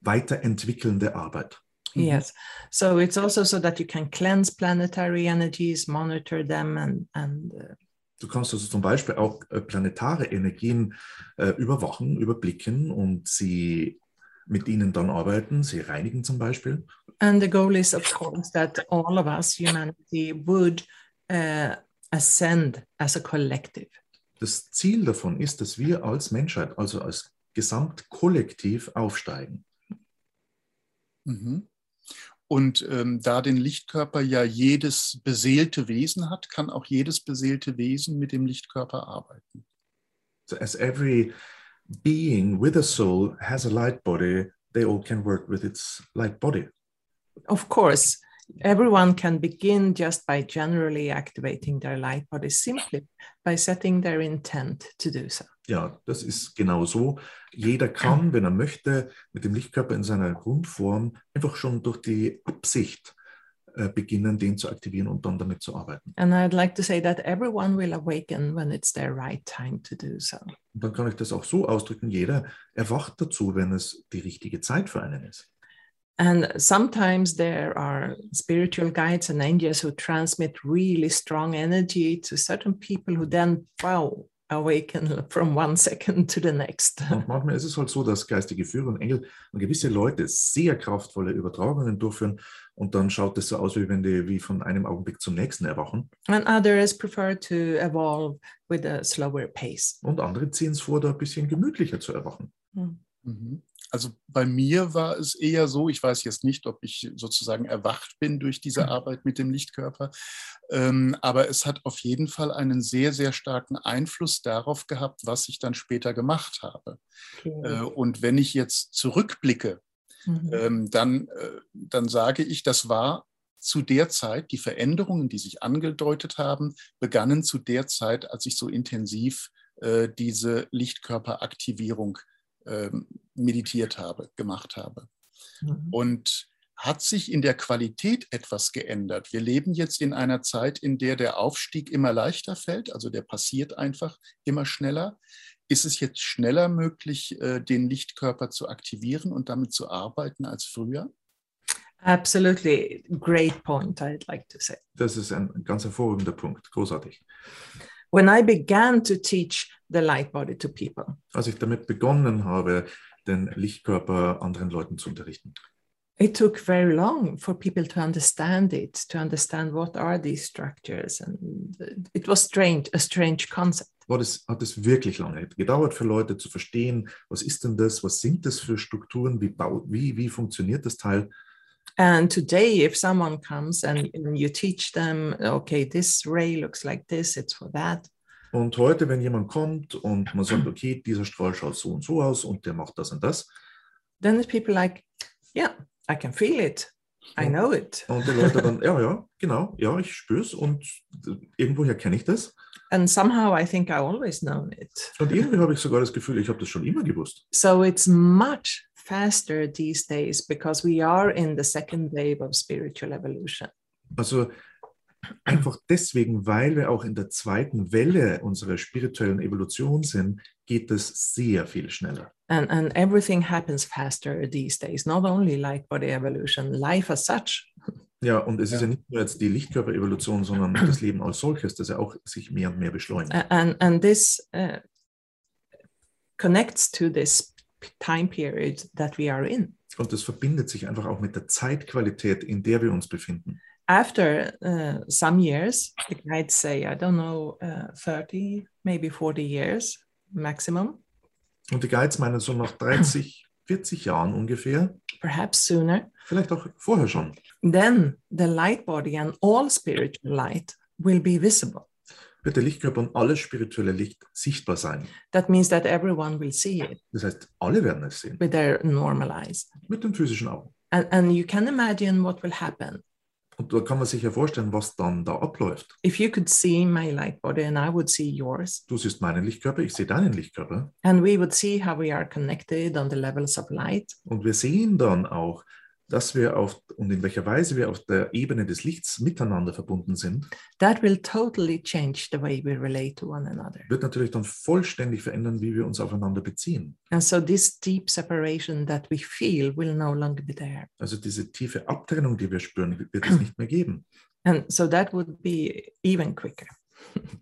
S3: weiterentwickelnde Arbeit.
S1: Mhm.
S2: Yes. So it's also so that you can cleanse planetary energies, monitor them, and and uh,
S3: Du kannst also zum Beispiel auch äh, planetare Energien äh, überwachen, überblicken und sie mit ihnen dann arbeiten, sie reinigen zum Beispiel.
S2: and the goal is, of course, that all of us, humanity, would uh, ascend as a collective.
S3: Das Ziel davon ist, dass wir als Menschheit, also als Gesamtkollektiv aufsteigen.
S1: Mhm. Und ähm, da den Lichtkörper ja jedes beseelte Wesen hat, kann auch jedes beseelte Wesen mit dem Lichtkörper arbeiten.
S3: So as every being with a soul has a light body, they all can work with its light body.
S2: Of course, everyone can begin just by generally activating their light body simply by setting their intent to do so.
S3: Ja, das ist genau so. Jeder kann, wenn er möchte, mit dem Lichtkörper in seiner Grundform einfach schon durch die Absicht äh, beginnen, den zu aktivieren und dann damit zu arbeiten.
S2: And I'd like to say that everyone will awaken when it's their right time to do so.
S3: Und dann kann ich das auch so ausdrücken, jeder erwacht dazu, wenn es die richtige Zeit für einen ist.
S2: And sometimes there are spiritual guides and angels who transmit really strong energy to certain people who then, wow, awaken *laughs* from one second to the next. *laughs*
S3: Und manchmal ist es halt so, dass geistige Führer und Engel und gewisse Leute sehr kraftvolle Übertragungen durchführen und dann schaut es so aus, wie wenn die wie von einem Augenblick zum nächsten erwachen.
S2: And others prefer to evolve with a slower pace.
S3: Und andere ziehen es vor, da ein bisschen gemütlicher zu erwachen.
S1: Mhm. Also bei mir war es eher so, ich weiß jetzt nicht, ob ich sozusagen erwacht bin durch diese Arbeit mit dem Lichtkörper, ähm, aber es hat auf jeden Fall einen sehr, sehr starken Einfluss darauf gehabt, was ich dann später gemacht habe. Äh, und wenn ich jetzt zurückblicke,
S2: Mhm.
S1: ähm, dann, äh, dann sage ich, das war zu der Zeit, die Veränderungen, die sich angedeutet haben, begannen zu der Zeit, als ich so intensiv äh, diese Lichtkörperaktivierung ähm, meditiert habe, gemacht habe.
S2: Mhm.
S1: uh, Und hat sich in der Qualität etwas geändert? Wir leben jetzt in einer Zeit, in der der Aufstieg immer leichter fällt, also der passiert einfach immer schneller. Ist es jetzt schneller möglich, äh, den Lichtkörper zu aktivieren und damit zu arbeiten als früher?
S2: Absolutely great point, I'd like to say.
S3: Das ist ein ganz hervorragender Punkt, großartig.
S2: When I began to teach the light body to people,
S3: Als ich damit begonnen habe, den Lichtkörper anderen Leuten zu unterrichten,
S2: it took very long for people to understand it to understand what are these structures and it was strange a strange concept
S3: war das, hat es wirklich lange gedauert für Leute zu verstehen, was ist denn das, was sind das für Strukturen, wie, bau, wie, wie funktioniert das Teil?
S2: and today if someone comes and you teach them okay this ray looks like this it's for that
S3: Und heute, wenn jemand kommt und man sagt, okay, dieser Strahl schaut so und so aus und der macht das und das,
S2: then the people like yeah i can feel it i know it
S3: und die Leute dann, ja, ja, genau, ja, ich spüre es und irgendwoher kenne ich das.
S2: and somehow i think i always known it
S3: Und irgendwie habe ich sogar das Gefühl, ich habe das schon immer gewusst.
S2: so it's much faster these days because we are in the second wave of spiritual evolution
S3: Also einfach deswegen, weil wir auch in der zweiten Welle unserer spirituellen Evolution sind, geht es sehr viel schneller.
S2: And, and everything happens faster these days, not only light body evolution, life as such.
S3: Ja, und es ist ja nicht nur jetzt die Lichtkörperevolution, sondern das Leben als solches, das ja auch sich mehr und mehr beschleunigt.
S2: A- And, and this uh, connects to this p- time period that we are in.
S3: Und das verbindet sich einfach auch mit der Zeitqualität, in der wir uns befinden.
S2: After uh, some years, I'd say, I don't know, uh, 30, maybe 40 years maximum,
S3: Und die Guides meinen so nach 30, 40 Jahren ungefähr,
S2: perhaps sooner,
S3: vielleicht auch vorher schon,
S2: then the light body and all spiritual light will be visible.
S3: wird der Lichtkörper und alles spirituelle Licht sichtbar sein.
S2: That means that everyone will see it
S3: Das heißt, alle werden es sehen,
S2: with their normal eyes.
S3: mit den physischen Augen.
S2: And, and you can imagine what will happen.
S3: Und da kann man sich ja vorstellen, was dann da abläuft.
S2: If you could see my light body and I would see yours,
S3: Du siehst meinen Lichtkörper, ich sehe deinen Lichtkörper.
S2: and we would see how we are connected on the levels of light,
S3: Und wir sehen dann auch, dass wir auf und in welcher Weise wir auf der Ebene des Lichts miteinander verbunden sind,
S2: that will totally change the way we relate to one another.
S3: wird natürlich dann vollständig verändern, wie wir uns aufeinander beziehen.
S2: And so this deep separation that we feel will no longer be there.
S3: Also diese tiefe Abtrennung, die wir spüren, wird es nicht mehr geben.
S2: And so that would be even quicker.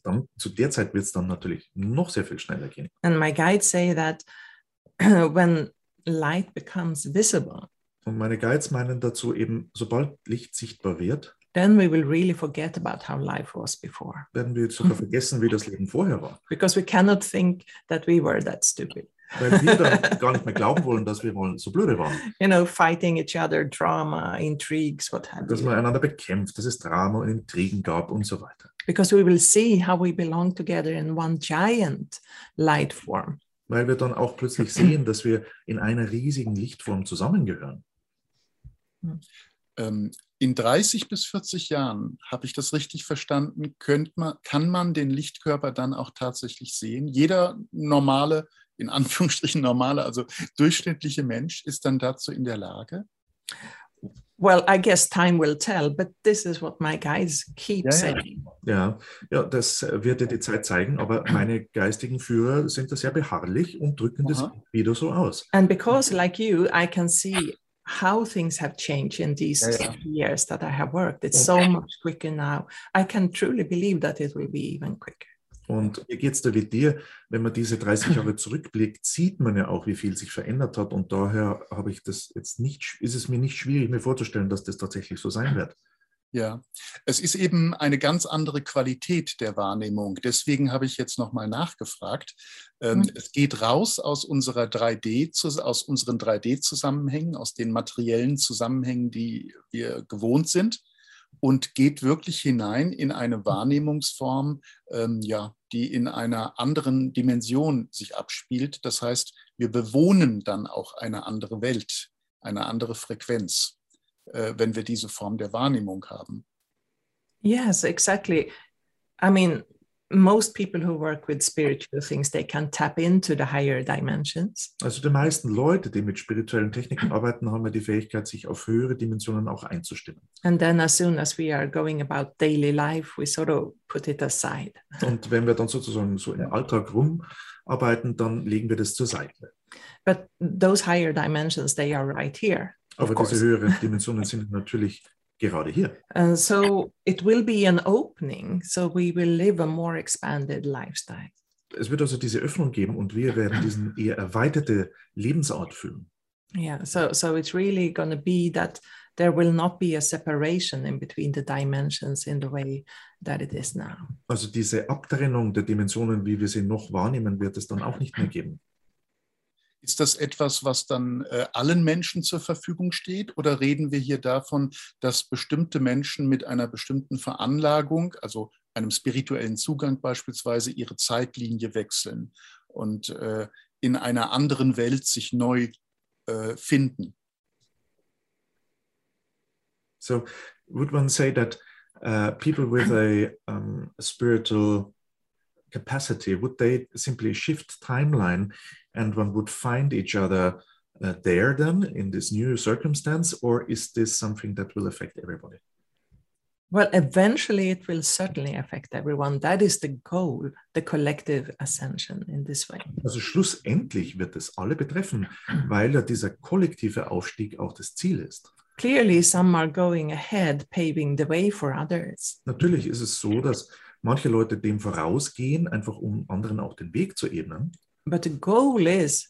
S3: Dann, zu der Zeit wird es dann natürlich noch sehr viel schneller gehen.
S2: And my guides say that *clears throat* when light becomes visible,
S3: Und meine Guides meinen dazu eben, sobald Licht sichtbar wird,
S2: then we will really forget about how life was before
S3: werden wir jetzt sogar vergessen, wie das Leben vorher war.
S2: because we cannot think that we were that stupid.
S3: Weil wir dann gar nicht mehr glauben wollen, dass wir wollen, so blöde waren.
S2: You know, fighting each other, drama, intrigues, what have
S3: Dass
S2: you.
S3: man einander bekämpft, dass es Drama und Intrigen gab und so weiter.
S2: Because we will see how we belong together in one giant light form.
S3: Weil wir dann auch plötzlich sehen, dass wir in einer riesigen Lichtform zusammengehören.
S1: Ähm, in 30 bis 40 Jahren, habe ich das richtig verstanden, könnt man, kann man den Lichtkörper dann auch tatsächlich sehen. Jeder normale, in Anführungsstrichen normale, also durchschnittliche Mensch ist dann dazu in der Lage.
S2: Well, I guess time will tell, but this is what my guides keep
S1: Yeah, yeah.
S2: saying.
S3: Ja, ja, das wird ja die Zeit zeigen, aber meine geistigen Führer sind da sehr beharrlich und drücken das
S1: Aha.
S3: wieder so aus.
S2: And because, like you, I can see how things have changed in these
S1: Yeah,
S2: years that I have worked, it's so much quicker now. I can truly believe that it will be even quicker.
S3: Und mir geht es da wie dir, wenn man diese 30 Jahre zurückblickt, sieht man ja auch, wie viel sich verändert hat. Und daher habe ich das jetzt nicht, sch- ist es mir nicht schwierig, mir vorzustellen, dass das tatsächlich so sein wird.
S1: Ja, es ist eben eine ganz andere Qualität der Wahrnehmung. Deswegen habe ich jetzt nochmal nachgefragt. Ähm,
S2: Mhm.
S1: Es geht raus aus unserer 3D, zus- aus unseren 3D-Zusammenhängen, aus den materiellen Zusammenhängen, die wir gewohnt sind, und geht wirklich hinein in eine Wahrnehmungsform, ähm, ja, die in einer anderen Dimension sich abspielt. Das heißt, wir bewohnen dann auch eine andere Welt, eine andere Frequenz äh, wenn wir diese Form der Wahrnehmung haben.
S2: Yes, exactly. I mean, most people who work with spiritual things, they can tap into the higher dimensions.
S3: Also die meisten Leute, die mit spirituellen Techniken arbeiten, haben ja die Fähigkeit, sich auf höhere Dimensionen auch einzustimmen.
S2: And then, as soon as we are going about daily life, we sort of put it aside.
S3: Und wenn wir dann sozusagen so im Alltag rumarbeiten, dann legen wir das zur Seite.
S2: But those higher dimensions, they are right here.
S3: Aber
S1: course.
S3: diese höheren Dimensionen sind natürlich gerade hier.
S2: And so it will be an opening. So we will live a more expanded lifestyle.
S3: Es wird also diese Öffnung geben und wir werden diesen eher erweiterte Lebensart fühlen.
S2: Yeah. So so it's really going to be that there will not be a separation in between the dimensions in the way that it is now.
S3: Also diese Abtrennung der Dimensionen, wie wir sie noch wahrnehmen, wird es dann auch nicht mehr geben.
S1: Ist das etwas, was dann äh, allen Menschen zur Verfügung steht? Oder reden wir hier davon, dass bestimmte Menschen mit einer bestimmten Veranlagung, also einem spirituellen Zugang beispielsweise, ihre Zeitlinie wechseln und äh, in einer anderen Welt sich neu äh, finden?
S3: So would one say that uh, people with a um, spiritual capacity would they simply shift timeline, and one would find each other uh, there then in this new circumstance, or is this something that will affect everybody?
S2: Well, eventually it will certainly affect everyone. That is the goal, the collective ascension in this way.
S3: Also schlussendlich wird es alle betreffen, weil ja dieser kollektive Aufstieg auch das Ziel ist.
S2: Clearly, some are going ahead, paving the way for others.
S3: Natürlich ist es so, dass manche Leute dem vorausgehen, einfach um anderen auch den Weg zu ebnen.
S2: But the goal is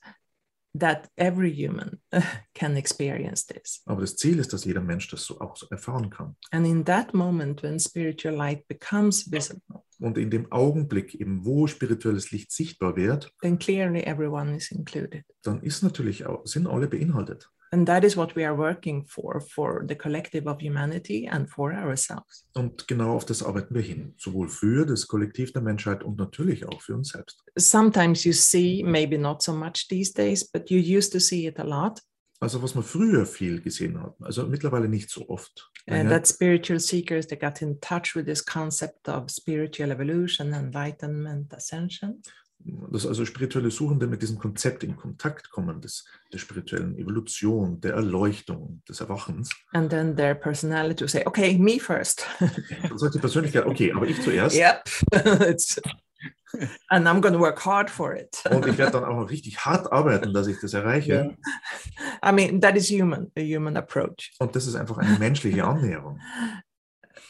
S2: that every human *laughs* can experience this.
S3: Aber das Ziel ist, dass jeder Mensch das so auch so erfahren kann.
S2: And in that moment, when spiritual light becomes visible,
S3: Und in dem Augenblick, eben wo spirituelles Licht sichtbar wird,
S2: then clearly everyone is included.
S3: dann ist natürlich auch, sind alle beinhaltet.
S2: And that is what we are working for, for the collective of humanity and for ourselves.
S3: Und genau auf das arbeiten wir hin, sowohl für das Kollektiv der Menschheit und natürlich auch für uns selbst.
S2: Sometimes you see, maybe not so much these days, but you used to see it a lot,
S3: Also was man früher viel gesehen hat, also mittlerweile nicht so oft.
S2: and
S3: Ja,
S2: that spiritual seekers they got in touch with this concept of spiritual evolution, enlightenment, ascension.
S3: dass also spirituelle Suchende mit diesem Konzept in Kontakt kommen, des, der spirituellen Evolution, der Erleuchtung, des Erwachens.
S2: And then their personality will say, okay, me first. *laughs*
S3: Dann sagt die Persönlichkeit, okay, aber ich zuerst.
S2: yep. *laughs* It's- and I'm going to work hard for it.
S3: Und ich werde dann auch noch richtig hart arbeiten, dass ich das erreiche.
S2: I mean, that is human, the human approach.
S3: Und das ist einfach eine menschliche Annäherung.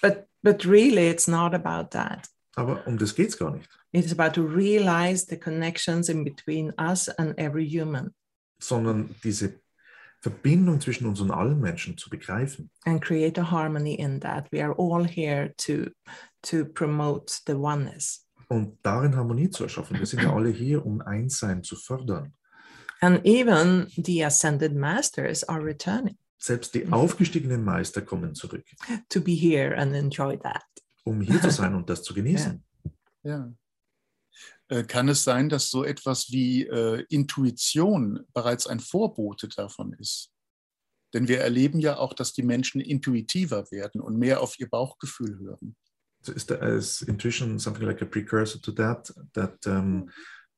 S2: But but really it's not about that.
S3: Aber um das geht es gar nicht.
S2: It's about to realize the connections in between us and every human
S3: sondern diese Verbindung zwischen uns und allen Menschen zu begreifen
S2: and create a harmony in that. We are all here to to promote the oneness.
S3: und darin Harmonie zu erschaffen. Wir sind ja alle hier, um Einssein zu fördern.
S2: And even the ascended masters are returning
S3: Selbst die aufgestiegenen Meister kommen zurück,
S2: to be here and enjoy that.
S3: um hier zu sein und das zu genießen.
S1: Ja. Äh, Kann es sein, dass so etwas wie äh, Intuition bereits ein Vorbote davon ist? Denn wir erleben ja auch, dass die Menschen intuitiver werden und mehr auf ihr Bauchgefühl hören.
S3: So is, the, is intuition something like a precursor to that, that um,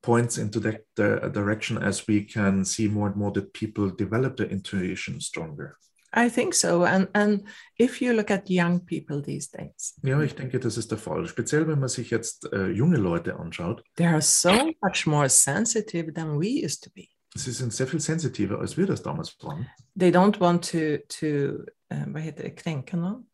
S3: points into that the uh, direction as we can see more and more that people develop their intuition stronger.
S2: I think so. And and if you look at young people these days,
S3: Ja, ich denke, das ist der Fall. Speziell, wenn man sich jetzt äh, junge Leute anschaut,
S2: they are so much more sensitive than we used to be.
S3: sie sind sehr viel sensitiver, als wir das damals waren.
S2: They don't want to to uh, vad heter det, kränka någon?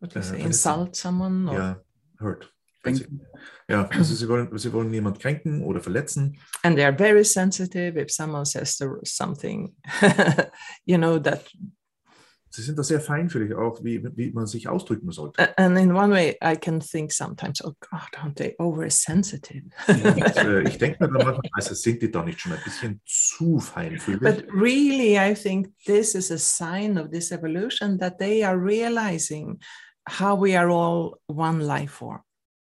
S2: What do you
S3: Eh,
S2: say?
S3: vad heter-
S2: Insult someone? Or,
S3: Ja, hurt.
S1: Kränken.
S3: Ja, also sie wollen, sie wollen niemand kränken oder verletzen.
S2: And they are very sensitive if someone says the- something, *laughs* you know that.
S3: Sie sind da sehr feinfühlig, auch wie, wie man sich ausdrücken sollte.
S2: a- And in one way, I can think sometimes, oh God, aren't they oversensitive?
S3: Also, ich denke mir dann manchmal, also sind die da nicht schon ein bisschen zu
S2: *laughs*
S3: feinfühlig?
S2: But really, I think this is a sign of this evolution that they are realizing how we are all one life form.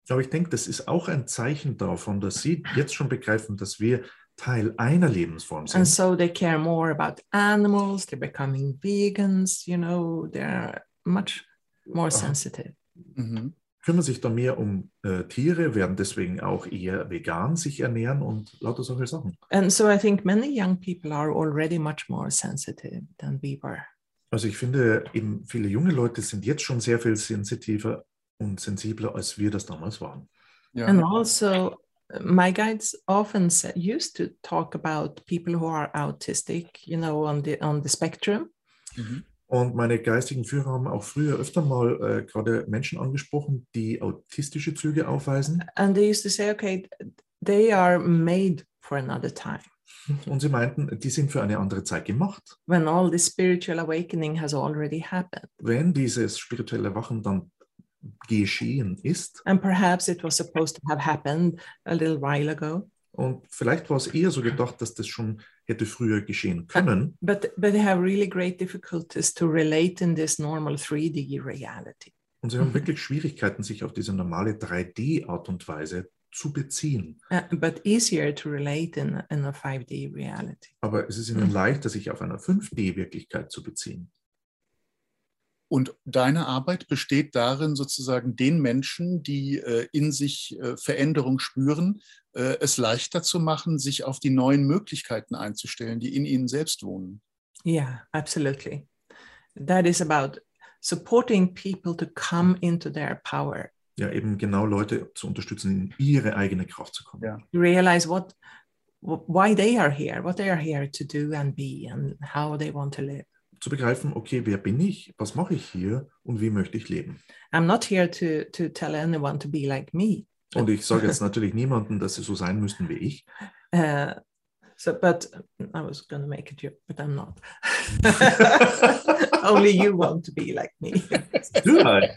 S3: Aber ich denke, das ist auch ein Zeichen davon, dass sie jetzt schon begreifen, dass wir Teil einer Lebensform
S2: And
S3: sind.
S2: so they care more about animals, they're becoming vegans, you know, they're much more
S3: Aha.
S2: sensitive.
S1: *laughs* Mhm.
S3: Kümmern sich da mehr um äh, Tiere, werden deswegen auch eher vegan sich ernähren und lauter solche Sachen.
S2: And so I think many young people are already much more sensitive than we were.
S3: Also ich finde, eben viele junge Leute sind jetzt schon sehr viel sensitiver und sensibler, als wir das damals waren.
S1: Ja.
S2: And also, my guides often sa- used to talk about people who are autistic, you know, on the on the spectrum.
S1: Mhm.
S3: Und meine geistigen Führer haben auch früher öfter mal äh, gerade Menschen angesprochen, die autistische Züge aufweisen.
S2: and they used to say okay th- they are made for another time
S3: Und sie meinten, die sind für eine andere Zeit gemacht.
S2: when all this spiritual awakening has already happened
S3: Wenn dieses spirituelle Wachen dann geschehen ist,
S2: and perhaps it was supposed to have happened a little while ago
S3: und vielleicht war es eher so gedacht, dass das schon hätte früher geschehen können,
S2: but but they have really great difficulties to relate in this normal 3d reality
S3: und sie haben wirklich Schwierigkeiten, sich auf diese normale 3D-Art und Weise zu beziehen.
S2: uh, but easier to relate in, in a 5d reality
S3: Aber es ist ihnen leichter, sich auf einer 5D-Wirklichkeit zu beziehen.
S1: Und deine Arbeit besteht darin, sozusagen den Menschen, die äh, in sich äh, Veränderung spüren, äh, es leichter zu machen, sich auf die neuen Möglichkeiten einzustellen, die in ihnen selbst wohnen.
S2: yeah absolutely that is about supporting people to come into their power,
S3: ja eben genau Leute zu unterstützen, in ihre eigene Kraft zu kommen.
S1: Ja.
S2: realize what wh- why they are here, what they are here to do and be and how they want to live.
S3: Zu begreifen, okay, wer bin ich, was mache ich hier und wie möchte ich leben.
S2: I'm not here to to tell anyone to be like me.
S3: Und ich sage jetzt natürlich niemandem, dass sie so sein müssen wie ich.
S2: Uh, so, but mm, I was going to make a joke, but I'm not. *laughs* Only you want to be like me. *laughs*
S3: halt.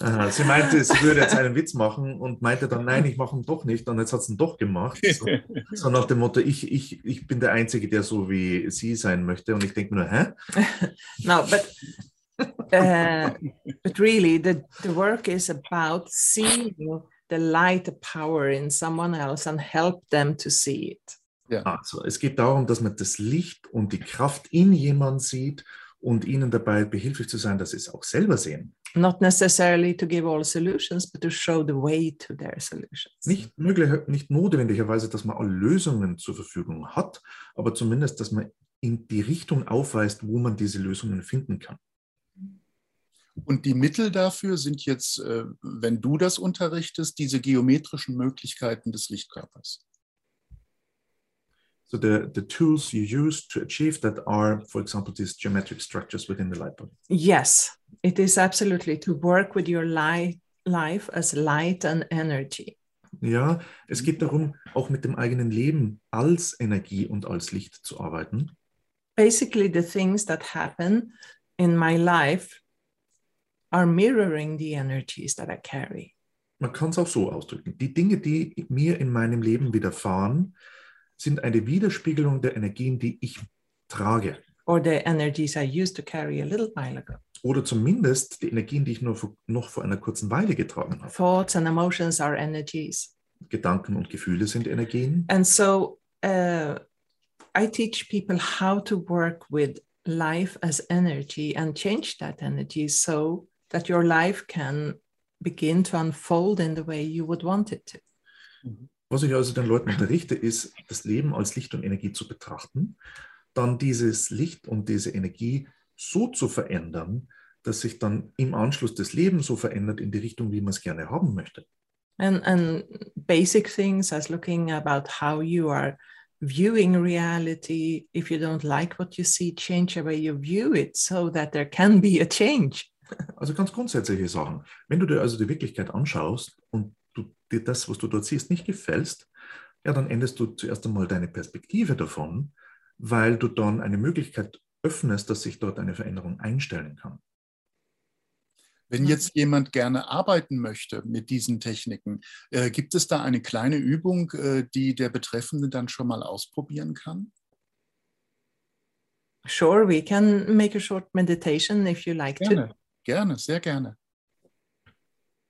S3: Aha, Sie meinte, sie würde jetzt einen Witz machen und meinte dann, nein, ich mache ihn doch nicht. Und jetzt hat sie ihn doch gemacht. So, so nach dem Motto, ich, ich, ich bin der Einzige, der so wie sie sein möchte. Und ich denke mir nur, hä?
S2: No, but uh, but really, the the work is about seeing the light, the power in someone else, and help them to see it.
S3: Also, es geht darum, dass man das Licht und die Kraft in jemand sieht und ihnen dabei behilflich zu sein, dass sie es auch selber sehen.
S2: Not necessarily to give all solutions, but to show the way to their solutions.
S3: Nicht, möglich, nicht notwendigerweise, dass man alle Lösungen zur Verfügung hat, aber zumindest, dass man in die Richtung aufweist, wo man diese Lösungen finden kann.
S1: Und die Mittel dafür sind jetzt, äh, wenn du das unterrichtest, diese geometrischen Möglichkeiten des Lichtkörpers.
S3: So the, the tools you use to achieve that are, for example, these geometric structures within the light body.
S2: Yes, it is absolutely to work with your light, life as light and energy.
S3: Ja, es geht darum, auch mit dem eigenen Leben als Energie und als Licht zu arbeiten.
S2: Basically, the things that happen in my life are mirroring the energies that I carry.
S3: Man kann es auch so ausdrücken. Die Dinge, die mir in meinem Leben widerfahren, sind eine Widerspiegelung der Energien, die ich trage.
S2: or the energies I used to carry a little while ago.
S3: Oder zumindest die Energien, die ich nur vor, noch vor einer kurzen Weile getragen habe.
S2: Thoughts and emotions are energies.
S3: Gedanken und Gefühle sind Energien.
S2: And so uh, I teach people how to work with life as energy and change that energy so that your life can begin to unfold in the way you would want it to.
S3: Was ich also den Leuten unterrichte, ist, das Leben als Licht und Energie zu betrachten, dann dieses Licht und diese Energie so zu verändern, dass sich dann im Anschluss das Leben so verändert in die Richtung, wie man es gerne haben möchte.
S2: And, and basic things as looking about how you are viewing reality. If you don't like what you see, change the way you view it so that there can be a change.
S3: Also ganz grundsätzliche Sachen. Wenn du dir also die Wirklichkeit anschaust und du, dir das, was du dort siehst, nicht gefällst, ja, dann änderst du zuerst einmal deine Perspektive davon, weil du dann eine Möglichkeit öffnest, dass sich dort eine Veränderung einstellen kann.
S1: Wenn jetzt jemand gerne arbeiten möchte mit diesen Techniken, äh, gibt es da eine kleine Übung, äh, die der Betreffende dann schon mal ausprobieren kann?
S2: Sure, we can make a short meditation if you like
S1: Gerne, gerne, sehr gerne.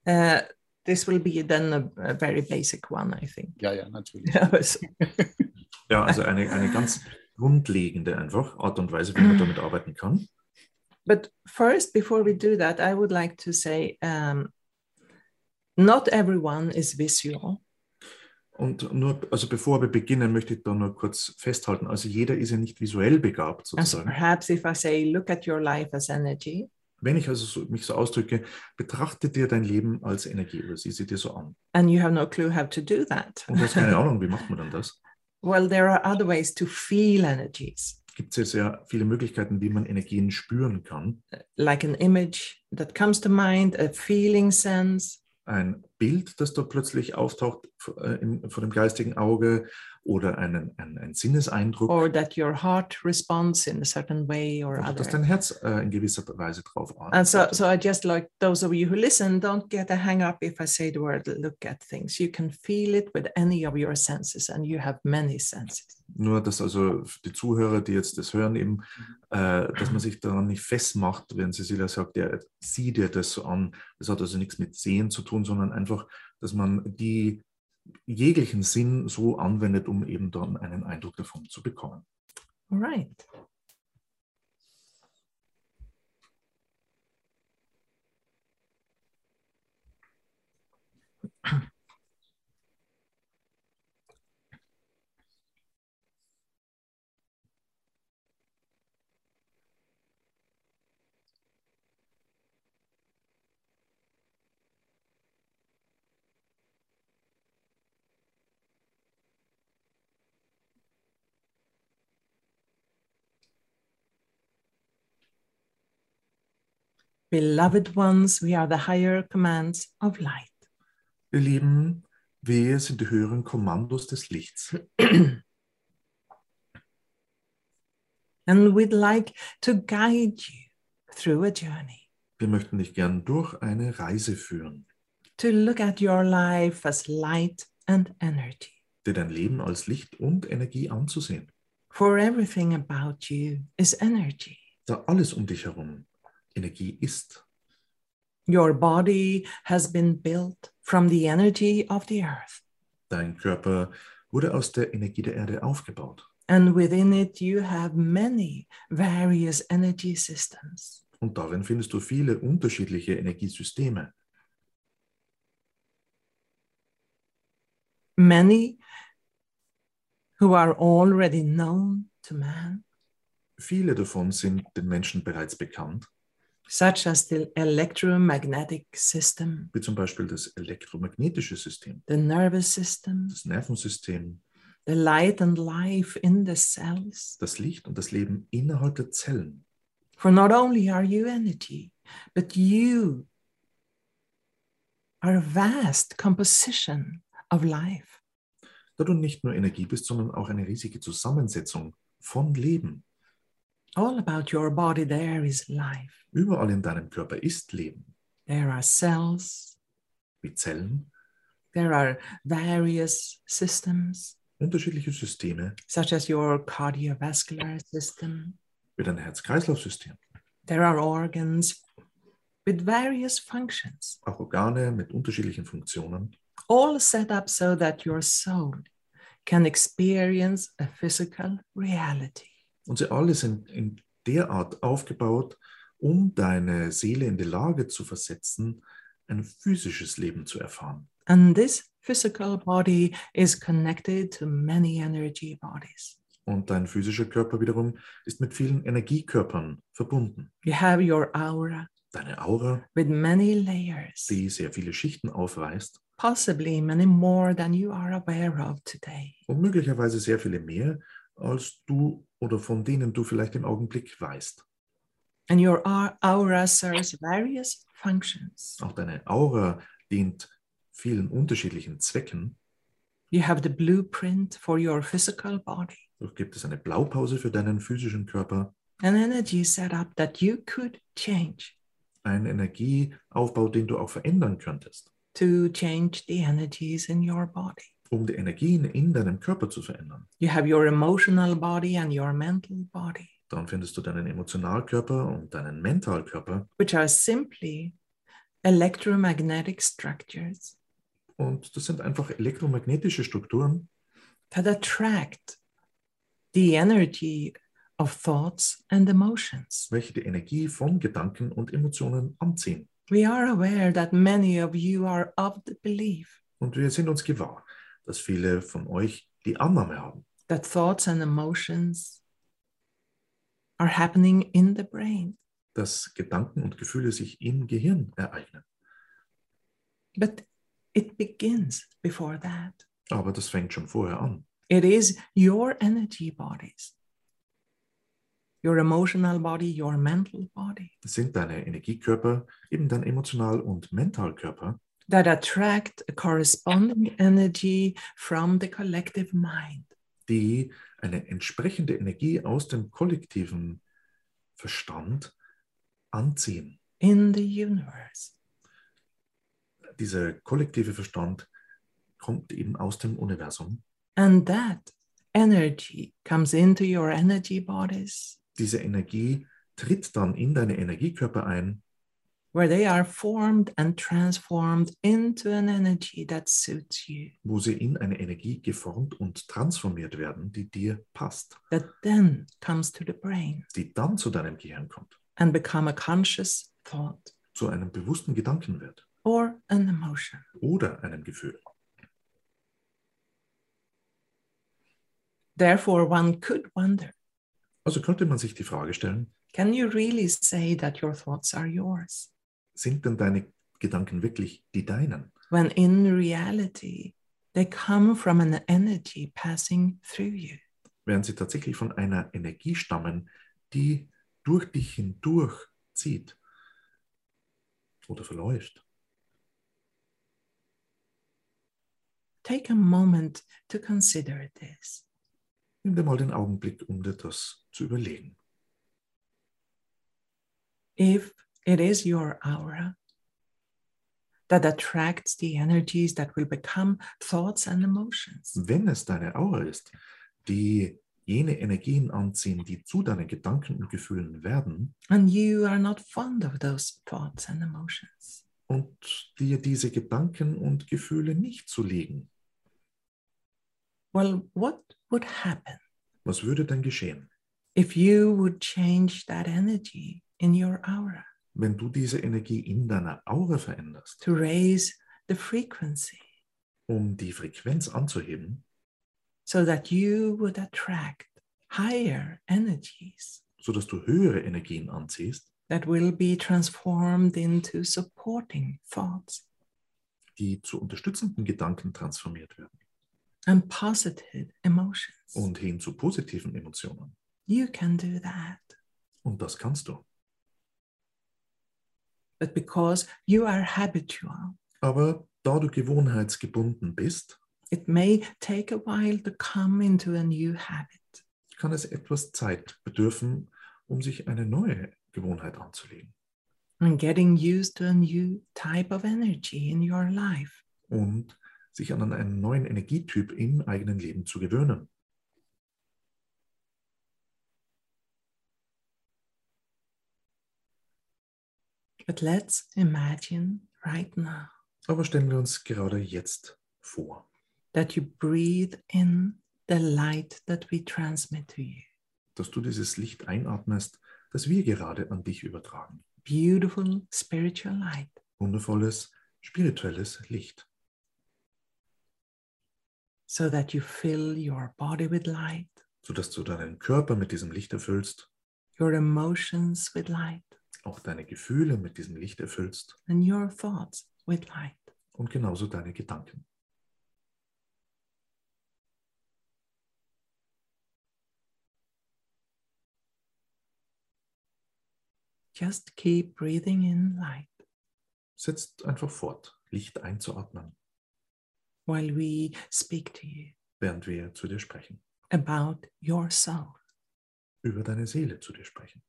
S2: to. Uh, this will be then a, a very basic one, I think. *laughs*
S1: Ja, ja, natürlich.
S3: Ja, also eine, eine ganz grundlegende einfach Art und Weise, wie
S2: Mhm.
S3: man damit arbeiten kann.
S2: but first, before we do that, I would like to say um, not everyone is visual.
S3: Und nur, also bevor wir beginnen, möchte ich da nur kurz festhalten. Also jeder ist ja nicht visuell begabt
S2: And so
S3: sozusagen.
S2: perhaps if I say, look at your life as energy,
S3: Wenn ich also so, mich so ausdrücke, betrachte dir dein Leben als Energie oder sieh sie dir so an.
S2: and you have no clue how to do that,
S3: Und du
S2: *laughs*
S3: hast keine Ahnung, wie macht man denn das?
S2: well, there are other ways to feel energies,
S3: Gibt es ja sehr viele Möglichkeiten, wie man Energien spüren kann.
S2: like an image that comes to mind, a feeling sense,
S3: Ein Bild, das da plötzlich auftaucht vor, äh, im, vor dem geistigen Auge oder einen, einen, einen Sinneseindruck.
S2: or that your heart responds in a certain way or
S3: Oder dass
S2: other. Also,
S3: dein Herz äh, in gewisser Weise drauf
S2: And so,
S3: antwortet.
S2: so I just like those of you who listen, don't get a hang up if I say the word look at things. You can feel it with any of your senses, and you have many senses.
S3: Nur, dass also die Zuhörer, die jetzt das hören, eben, äh, dass man sich daran nicht festmacht, wenn Cecilia sagt, ja, sieh dir das so an. Das hat also nichts mit Sehen zu tun, sondern einfach, dass man die jeglichen Sinn so anwendet, um eben dann einen Eindruck davon zu bekommen.
S2: All right. Beloved ones, we are the higher commands of light.
S3: Ihr Lieben, wir sind die höheren Kommandos des Lichts.
S2: And we'd like to guide you through a journey,
S3: Wir möchten dich gern durch eine Reise führen,
S2: to look at your life as light and energy,
S3: dir dein Leben als Licht und Energie anzusehen.
S2: for everything about you is energy.
S3: Da alles um dich herum Energie ist.
S2: Your body has been built from the energy of the earth,
S3: Dein Körper wurde aus der Energie der Erde aufgebaut.
S2: and within it, you have many various energy systems.
S3: Und darin findest du viele unterschiedliche Energiesysteme.
S2: many who are already known to man,
S3: Viele davon sind den Menschen bereits bekannt,
S2: such as the electromagnetic system,
S3: wie zum Beispiel das elektromagnetische System,
S2: the nervous system,
S3: das Nervensystem,
S2: the light and life in the cells.
S3: das Licht und das Leben innerhalb der Zellen.
S2: For not only are you energy, but you are a vast composition of life.
S3: Da du nicht nur Energie bist, sondern auch eine riesige Zusammensetzung von Leben.
S2: All about your body, there is life.
S3: Überall in deinem Körper ist Leben,
S2: There are cells,
S3: wie Zellen,
S2: there are various systems,
S3: unterschiedliche Systeme,
S2: such as your cardiovascular system,
S3: wie dein Herz-Kreislauf-System,
S2: There are organs with various functions,
S3: auch Organe mit unterschiedlichen Funktionen,
S2: all set up so that your soul can experience a physical reality.
S3: Und sie alle sind in derart aufgebaut, um deine Seele in die Lage zu versetzen, ein physisches Leben zu erfahren.
S2: And this physical body is connected to many energy bodies.
S3: Und dein physischer Körper wiederum ist mit vielen Energiekörpern verbunden.
S2: You have your aura
S3: Deine Aura,
S2: with many layers,
S3: die sehr viele Schichten aufweist
S2: possibly many more than you are aware of today.
S3: und möglicherweise sehr viele mehr, als du oder von denen du vielleicht im Augenblick weißt.
S2: And your au- aura serves various functions.
S3: Auch deine Aura dient vielen unterschiedlichen Zwecken.
S2: You have the blueprint for your physical body.
S3: Doch gibt es eine Blaupause für deinen physischen Körper,
S2: an energy setup that you could change
S3: einen Energieaufbau, den du auch verändern könntest,
S2: to change the energies in your body.
S3: um die Energien in deinem Körper zu verändern.
S2: You have your emotional body and your mental body,
S3: Dann findest du deinen Emotionalkörper und deinen Mentalkörper
S2: which are simply electromagnetic structures
S3: und das sind einfach elektromagnetische Strukturen,
S2: that attract the energy of thoughts and emotions.
S3: welche die Energie von Gedanken und Emotionen anziehen.
S2: We are aware that many of you are of the belief
S3: Und wir sind uns gewahr, dass viele von euch die Annahme haben,
S2: that thoughts and emotions are happening in the brain.
S3: dass Gedanken und Gefühle sich im Gehirn ereignen.
S2: But it begins before that.
S3: Aber das fängt schon vorher an.
S2: It is your energy bodies, your emotional body, your mental body
S3: Das sind deine Energiekörper, eben dein Emotional- und Mentalkörper,
S2: that attract a corresponding energy from the collective mind.
S3: die eine entsprechende Energie aus dem kollektiven Verstand anziehen.
S2: In the universe.
S3: Dieser kollektive Verstand kommt eben aus dem Universum.
S2: And that energy comes into your energy bodies
S3: Diese Energie tritt dann in deine Energiekörper ein,
S2: where they are formed and transformed into an energy that suits you,
S3: wo sie in eine Energie geformt und transformiert werden, die dir passt,
S2: that then comes to the brain
S3: die dann zu deinem Gehirn kommt,
S2: and become a conscious thought.
S3: zu einem bewussten Gedanken wird
S2: or an emotion.
S3: oder einem Gefühl.
S2: Therefore, one could wonder
S3: Also könnte man sich die Frage stellen,
S2: can you really say that your thoughts are yours
S3: sind denn deine Gedanken wirklich die deinen?
S2: when in reality they come from an energy passing through you?
S3: während sie tatsächlich von einer Energie stammen, die durch dich hindurch zieht, oder verläuft.
S2: Take a moment to consider this.
S3: Nimm dir mal den Augenblick, um dir das zu überlegen.
S2: If it is your aura that attracts the energies that will become thoughts and emotions,
S3: Wenn es deine Aura ist, die jene Energien anziehen, die zu deinen Gedanken und Gefühlen werden
S2: and you are not fond of those thoughts and emotions,
S3: und dir diese Gedanken und Gefühle nicht zuliegen,
S2: well, what would happen
S3: was würde denn geschehen,
S2: if you would change that energy in your aura
S3: wenn du diese Energie in deiner Aura veränderst,
S2: to raise the frequency
S3: um die Frequenz anzuheben,
S2: so that you would attract higher energies
S3: sodass du höhere Energien anziehst,
S2: that will be transformed into supporting thoughts
S3: die zu unterstützenden Gedanken transformiert werden
S2: and positive emotions?
S3: und hin zu positiven Emotionen.
S2: You can do that.
S3: Und das kannst du.
S2: But because you are habitual,
S3: Aber da du gewohnheitsgebunden bist,
S2: it may take a while to come into a new habit.
S3: kann es etwas Zeit bedürfen, um sich eine neue Gewohnheit anzulegen
S2: And getting used to a new type of energy in your life.
S3: und sich an einen neuen Energietyp im eigenen Leben zu gewöhnen.
S2: But let's imagine right now
S3: Aber stellen wir uns gerade jetzt vor,
S2: that you breathe in the light that we transmit to you.
S3: dass du dieses Licht einatmest, das wir gerade an dich übertragen.
S2: Beautiful spiritual light.
S3: Wundervolles, spirituelles Licht,
S2: So that you fill your body with light,
S3: sodass du deinen Körper mit diesem Licht erfüllst,
S2: your emotions with light,
S3: auch deine Gefühle mit diesem Licht erfüllst
S2: and your thoughts with light.
S3: und genauso deine Gedanken.
S2: Just keep breathing in light
S3: Setzt einfach fort, Licht einzuatmen,
S2: while we speak to you
S3: während wir zu dir sprechen,
S2: about your soul.
S3: über deine Seele zu dir sprechen.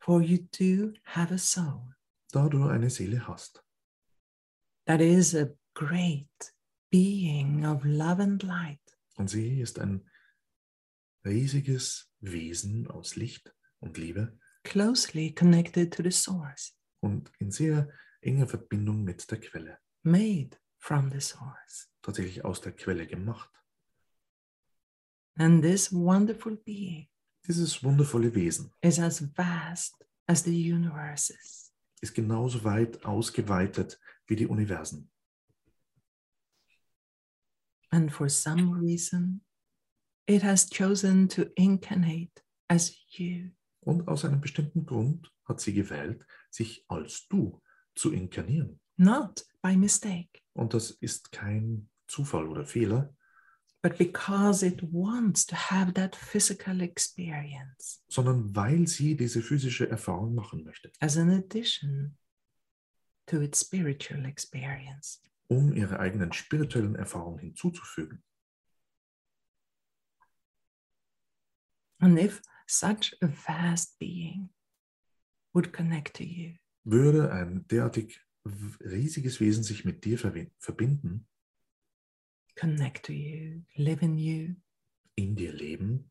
S2: For you do have a soul
S3: Da du eine Seele hast,
S2: that is a great being of love and light.
S3: und sie ist ein riesiges Wesen aus Licht und Liebe
S2: closely connected to the source,
S3: und in sehr enger Verbindung mit der Quelle,
S2: made from the source.
S3: tatsächlich aus der Quelle gemacht.
S2: And this wonderful being
S3: Dieses wundervolle Wesen
S2: is as vast as the universe is.
S3: ist genauso weit ausgeweitet wie die Universen.
S2: And for some reason, it has chosen to incarnate as you.
S3: Und aus einem bestimmten Grund hat sie gewählt, sich als du zu inkarnieren.
S2: Not by mistake,
S3: Und das ist kein Zufall oder Fehler,
S2: but because it wants to have that physical experience
S3: sondern weil sie diese physische Erfahrung machen möchte,
S2: as an addition to its spiritual experience.
S3: um ihre eigenen spirituellen Erfahrungen hinzuzufügen.
S2: And if such a vast being would connect to you,
S3: Würde ein derartig w- riesiges Wesen sich mit dir verwin- verbinden,
S2: connect to you, live in you,
S3: in dir leben,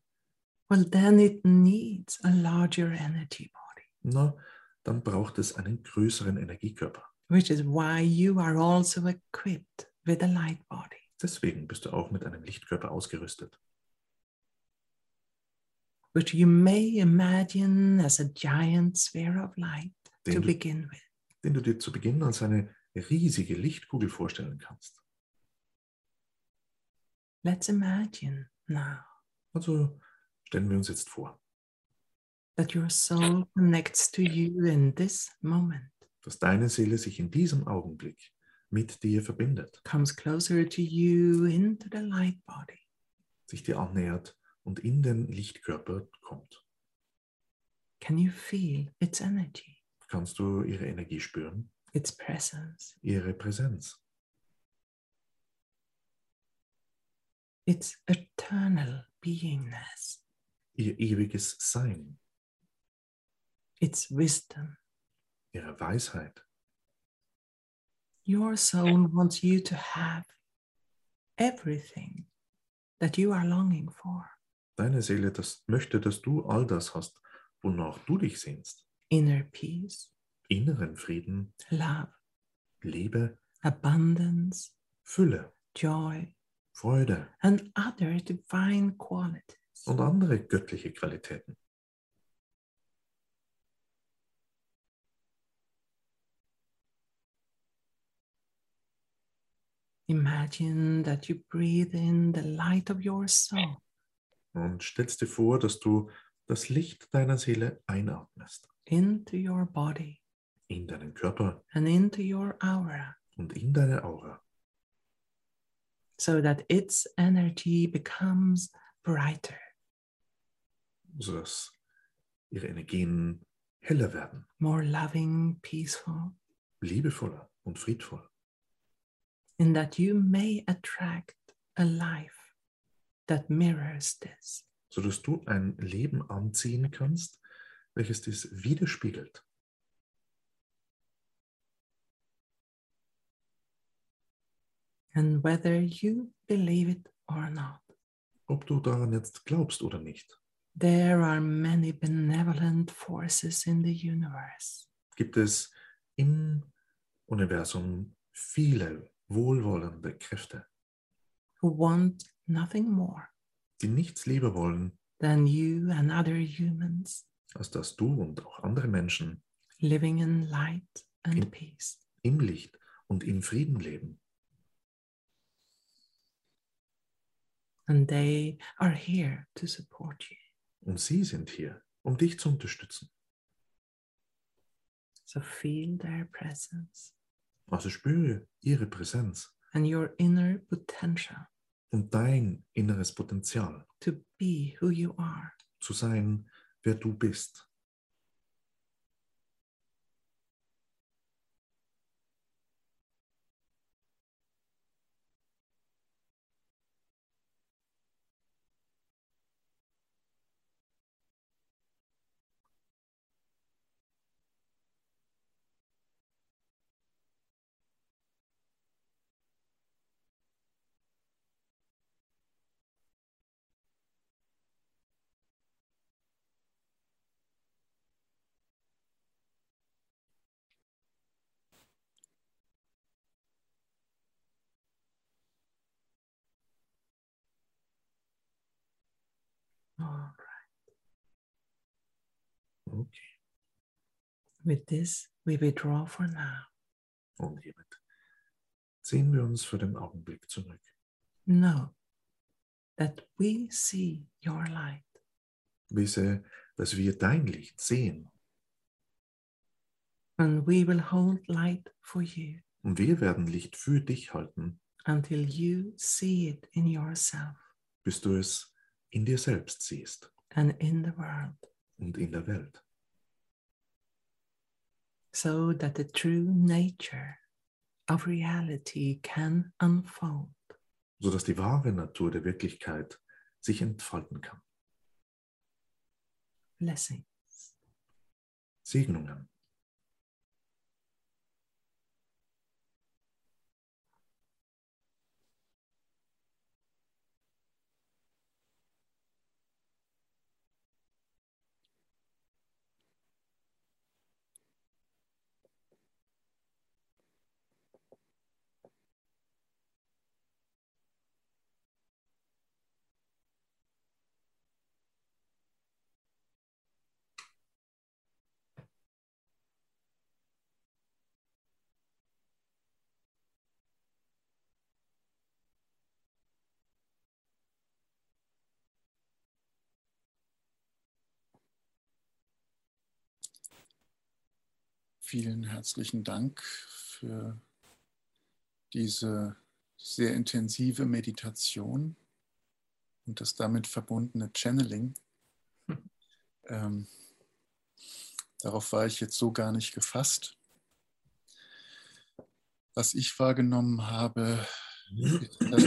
S2: well, then it needs a larger energy body,
S3: na, dann braucht es einen größeren Energiekörper.
S2: which is why you are also equipped with a light body.
S3: Deswegen bist du auch mit einem Lichtkörper ausgerüstet,
S2: Which you may imagine as a giant sphere of light to
S3: den du,
S2: begin with.
S3: den du dir zu Beginn als eine riesige Lichtkugel vorstellen kannst.
S2: Let's imagine now
S3: Also stellen wir uns jetzt vor,
S2: that your soul connects to you in this moment,
S3: dass deine Seele sich in diesem Augenblick mit dir verbindet,
S2: comes closer to you into the light body.
S3: sich dir annähert und in den Lichtkörper kommt.
S2: Can you feel its energy?
S3: kannst du ihre Energie spüren,
S2: its presence.
S3: ihre Präsenz.
S2: It's eternal beingness.
S3: ihr ewiges Sein,
S2: It's wisdom.
S3: ihre Weisheit.
S2: Your soul wants you to have everything that you are longing for
S3: Deine Seele das möchte, dass du all das hast, wonach du dich sehnst.
S2: inner peace,
S3: Inneren Frieden,
S2: love,
S3: Liebe,
S2: abundance,
S3: Fülle,
S2: joy,
S3: Freude
S2: and other divine qualities.
S3: und andere göttliche Qualitäten.
S2: Imagine that you breathe in the light of your soul
S3: Und stellst dir vor, dass du das Licht deiner Seele einatmest,
S2: into your body
S3: in deinen Körper
S2: and into your aura
S3: und in deine Aura,
S2: so that its energy becomes brighter.
S3: sodass ihre Energien heller werden,
S2: more loving, peaceful,
S3: liebevoller und friedvoll.
S2: in that you may attract a life that mirrors this.
S3: sodass du ein Leben anziehen kannst, welches dies widerspiegelt.
S2: And whether you believe it or not,
S3: Ob du daran jetzt glaubst oder nicht,
S2: there are many benevolent forces in the universe
S3: gibt es im Universum viele wohlwollende Kräfte,
S2: who want nothing more
S3: die nichts lieber wollen,
S2: than you and other humans
S3: als dass du und auch andere Menschen
S2: living in light
S3: Okay.
S2: and peace.
S3: im Licht und im Frieden leben.
S2: And they are here to support you.
S3: Und sie sind hier, um dich zu unterstützen.
S2: So feel their presence
S3: Also spüre ihre Präsenz
S2: and your inner potential
S3: und dein inneres Potenzial
S2: to be who you are.
S3: zu sein, wer du bist.
S2: All right.
S3: Okay.
S2: With this, we withdraw for now,
S3: Und hiermit sehen wir uns für den Augenblick zurück.
S2: know that we see your light
S3: Wisse, dass wir dein Licht sehen
S2: and we will hold light for you
S3: und wir werden Licht für dich halten,
S2: until you see it in yourself
S3: bis du es in dir selbst siehst
S2: and in the world,
S3: und in der Welt,
S2: so that the true nature of reality can unfold.
S3: sodass die wahre Natur der Wirklichkeit sich entfalten kann.
S2: Blessing.
S3: Segnungen.
S1: Vielen herzlichen Dank für diese sehr intensive Meditation und das damit verbundene Channeling.
S2: Hm.
S1: Ähm, Darauf war ich jetzt so gar nicht gefasst. Was ich wahrgenommen habe, ist, dass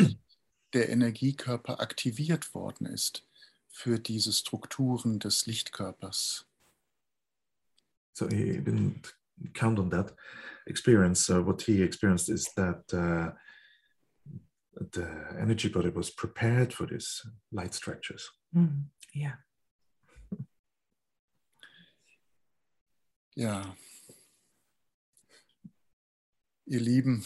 S1: der Energiekörper aktiviert worden ist für diese Strukturen des Lichtkörpers.
S3: So he didn't count on that experience. So what he experienced is that uh, the energy body was prepared for these light structures.
S2: Mm, yeah.
S1: Ja. Ihr Lieben,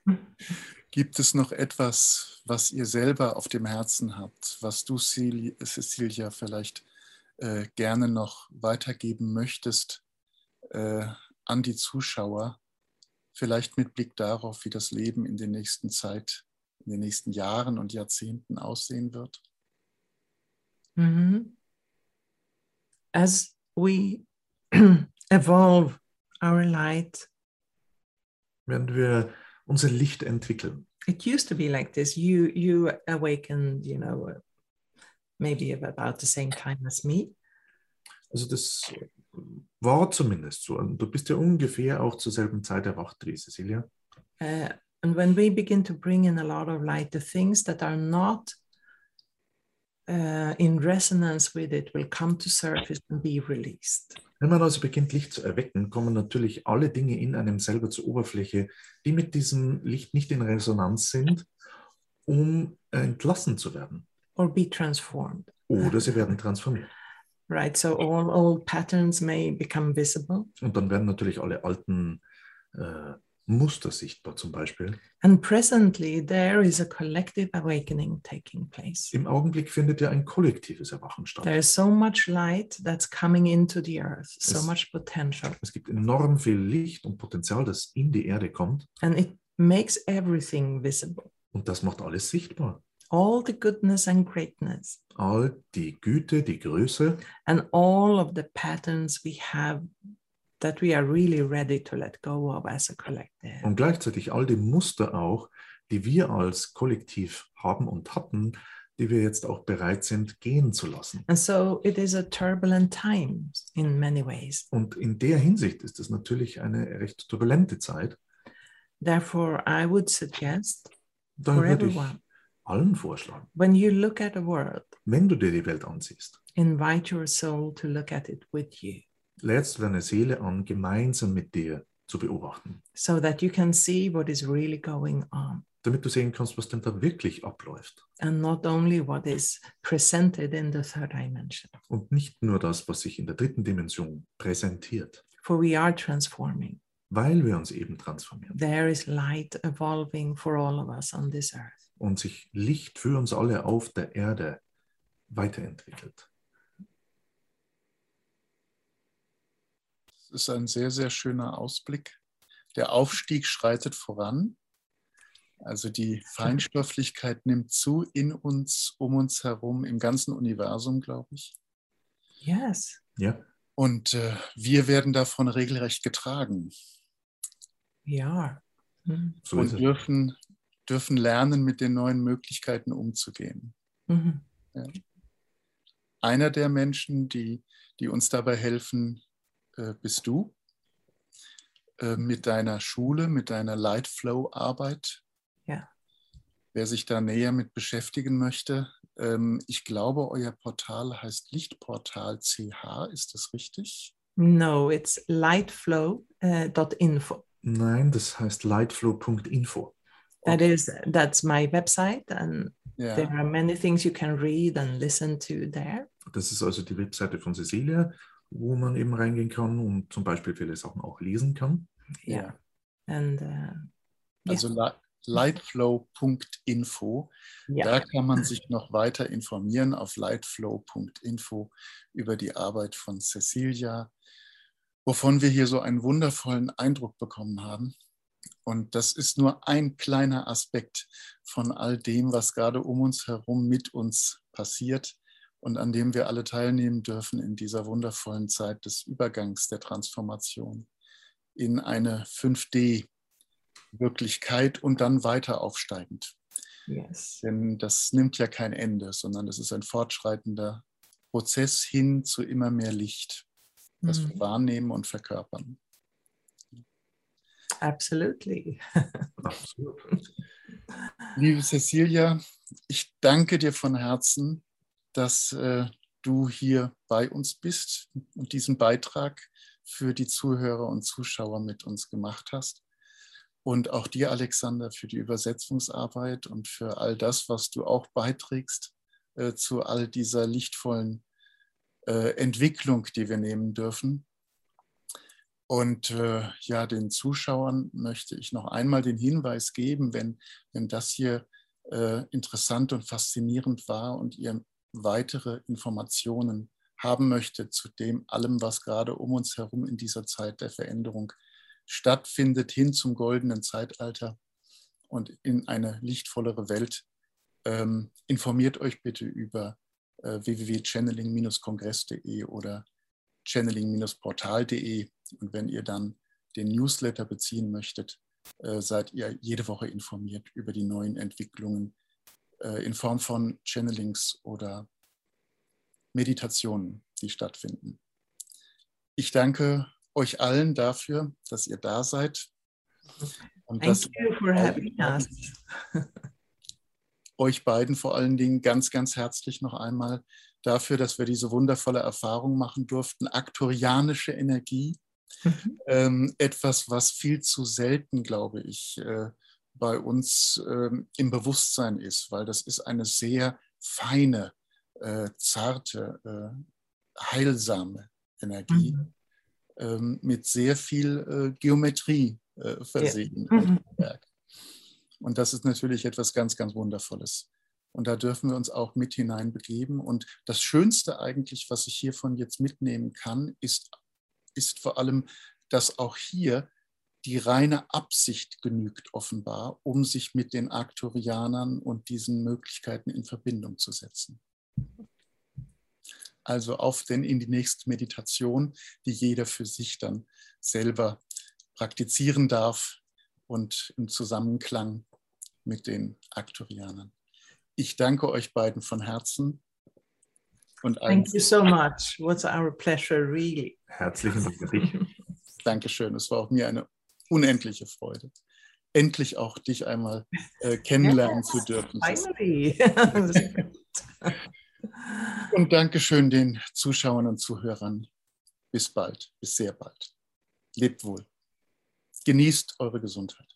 S1: *laughs* gibt es noch etwas, was ihr selber auf dem Herzen habt, was du, Cecilia, vielleicht äh, gerne noch weitergeben möchtest äh, an die Zuschauer? Vielleicht mit Blick darauf, wie das Leben in der nächsten Zeit, in den nächsten Jahren und Jahrzehnten aussehen wird?
S2: Mhm. As we *clears throat* evolve our light.
S3: Wenn wir unser Licht entwickeln.
S2: It used to be like this. You you awakened, you know, maybe about the same time as me.
S3: Also das war zumindest so. Und du bist ja ungefähr auch zur selben Zeit erwacht wie Cecilia.
S2: Uh, and when we begin to bring in a lot of light, the things that are not uh, in resonance with it will come to surface and be released.
S3: Wenn man also beginnt, Licht zu erwecken, kommen natürlich alle Dinge in einem selber zur Oberfläche, die mit diesem Licht nicht in Resonanz sind, um entlassen zu werden.
S2: Or be transformed.
S3: Oder sie werden transformiert.
S2: Right, so all old patterns may become visible.
S3: Und dann werden natürlich alle alten äh, Muster sichtbar zum Beispiel.
S2: And presently there is a collective awakening taking place.
S3: Im Augenblick findet ja ein kollektives Erwachen statt.
S2: There is so much light that's coming into the earth, so
S3: Es-
S2: much potential.
S3: Es gibt enorm viel Licht und Potenzial, das in die Erde kommt.
S2: And it makes everything visible.
S3: Und das macht alles sichtbar.
S2: All the goodness and greatness
S3: All die Güte, die Größe
S2: and all of the patterns we have that we are really ready to let go of as a collective.
S3: und gleichzeitig all die Muster auch, die wir als Kollektiv haben und hatten, die wir jetzt auch bereit sind, gehen zu lassen.
S2: And so it is a turbulent time in many ways.
S3: Und in der Hinsicht ist es natürlich eine recht turbulente Zeit.
S2: Therefore, I would suggest
S3: Da
S2: For
S3: würde ich
S2: everyone.
S3: allen vorschlagen,
S2: when you look at the world,
S3: wenn du dir die Welt ansiehst,
S2: invite your soul to look at it with you
S3: lädst du deine Seele an, gemeinsam mit dir zu beobachten,
S2: so that you can see what is really going on
S3: damit du sehen kannst, was denn da wirklich abläuft.
S2: and not only what is presented in the third dimension.
S3: Und nicht nur das, was sich in der dritten Dimension präsentiert,
S2: For we are transforming.
S3: weil wir uns eben transformieren
S2: There is light evolving for all of us on this earth.
S3: und sich Licht für uns alle auf der Erde weiterentwickelt.
S1: Es ist ein sehr, sehr schöner Ausblick. Der Aufstieg schreitet voran. Also
S3: *laughs*
S1: die Feinstofflichkeit nimmt zu in uns, um uns herum, im ganzen Universum, glaube ich.
S2: Yes.
S3: Ja,
S1: Und äh, wir werden davon regelrecht getragen
S2: We are. Mhm.
S3: so ist
S1: und
S3: es.
S1: dürfen, dürfen lernen, mit den neuen Möglichkeiten umzugehen.
S2: Mhm.
S1: Einer der Menschen, die, die uns dabei helfen, äh, bist du. Äh, mit deiner Schule, mit deiner Lightflow-Arbeit.
S2: Ja.
S1: Wer sich da näher mit beschäftigen möchte, ähm, ich glaube, euer Portal heißt Lichtportal CH, ist das richtig?
S2: No, it's uh, lightflow.info.
S3: Nein, das heißt lightflow.info.
S2: That is, that's my website, and
S1: Ja.
S2: there are many things you can read and listen to there.
S3: Das ist also die Webseite von Cecilia, wo man eben reingehen kann und zum Beispiel viele Sachen auch lesen kann.
S2: Yeah. And uh, Ja.
S1: Also li- lightflow.info.
S2: yeah,
S1: Da kann man sich noch weiter informieren auf lightflow.info über die Arbeit von Cecilia, wovon wir hier so einen wundervollen Eindruck bekommen haben. Und das ist nur ein kleiner Aspekt von all dem, was gerade um uns herum mit uns passiert und an dem wir alle teilnehmen dürfen in dieser wundervollen Zeit des Übergangs, der Transformation in eine 5D-Wirklichkeit und dann weiter aufsteigend.
S2: yes.
S1: Denn das nimmt ja kein Ende, sondern es ist ein fortschreitender Prozess hin zu immer mehr Licht. das wir wahrnehmen und verkörpern.
S2: Absolutely.
S3: Absolut.
S1: Liebe Cecilia, ich danke dir von Herzen, dass äh, du hier bei uns bist und diesen Beitrag für die Zuhörer und Zuschauer mit uns gemacht hast. Und auch dir, Alexander, für die Übersetzungsarbeit und für all das, was du auch beiträgst äh, zu all dieser lichtvollen äh, Entwicklung, die wir nehmen dürfen. Und äh, ja, den Zuschauern möchte ich noch einmal den Hinweis geben, wenn, wenn das hier äh, interessant und faszinierend war und ihr weitere Informationen haben möchtet zu dem allem, was gerade um uns herum in dieser Zeit der Veränderung stattfindet, hin zum goldenen Zeitalter und in eine lichtvollere Welt. Ähm, informiert euch bitte über äh, www.channeling-kongress.de oder channeling-portal.de. Und wenn ihr dann den Newsletter beziehen möchtet, äh, seid ihr jede Woche informiert über die neuen Entwicklungen äh, in Form von Channelings oder Meditationen, die stattfinden. Ich danke euch allen dafür, dass ihr da seid. Und dass
S2: Thank you for having us.
S1: euch beiden vor allen Dingen ganz, ganz herzlich noch einmal dafür, dass wir diese wundervolle Erfahrung machen durften. Aktorianische Energie,
S2: Mhm.
S1: ähm, etwas, was viel zu selten, glaube ich, äh, bei uns ähm, im Bewusstsein ist, weil das ist eine sehr feine, äh, zarte, äh, heilsame Energie
S2: Mhm.
S1: ähm, mit sehr viel äh, Geometrie äh, versehen.
S2: Mhm.
S1: Werk. Und das ist natürlich etwas ganz, ganz Wundervolles. Und da dürfen wir uns auch mit hineinbegeben. Und das Schönste eigentlich, was ich hiervon jetzt mitnehmen kann, ist, ist vor allem, dass auch hier die reine Absicht genügt, offenbar, um sich mit den Arcturianern und diesen Möglichkeiten in Verbindung zu setzen. Also auf denn in die nächste Meditation, die jeder für sich dann selber praktizieren darf, und im Zusammenklang mit den Aktorianern. Ich danke euch beiden von Herzen und allen
S2: Thank you so much. What's our pleasure, really?
S3: Herzlichen Dank an dich.
S1: Dankeschön. Es war auch mir eine unendliche Freude, endlich auch dich einmal äh, kennenlernen zu dürfen.
S2: Finally. *laughs*
S1: Und Dankeschön den Zuschauern und Zuhörern. Bis bald, bis sehr bald. Lebt wohl. Genießt eure Gesundheit.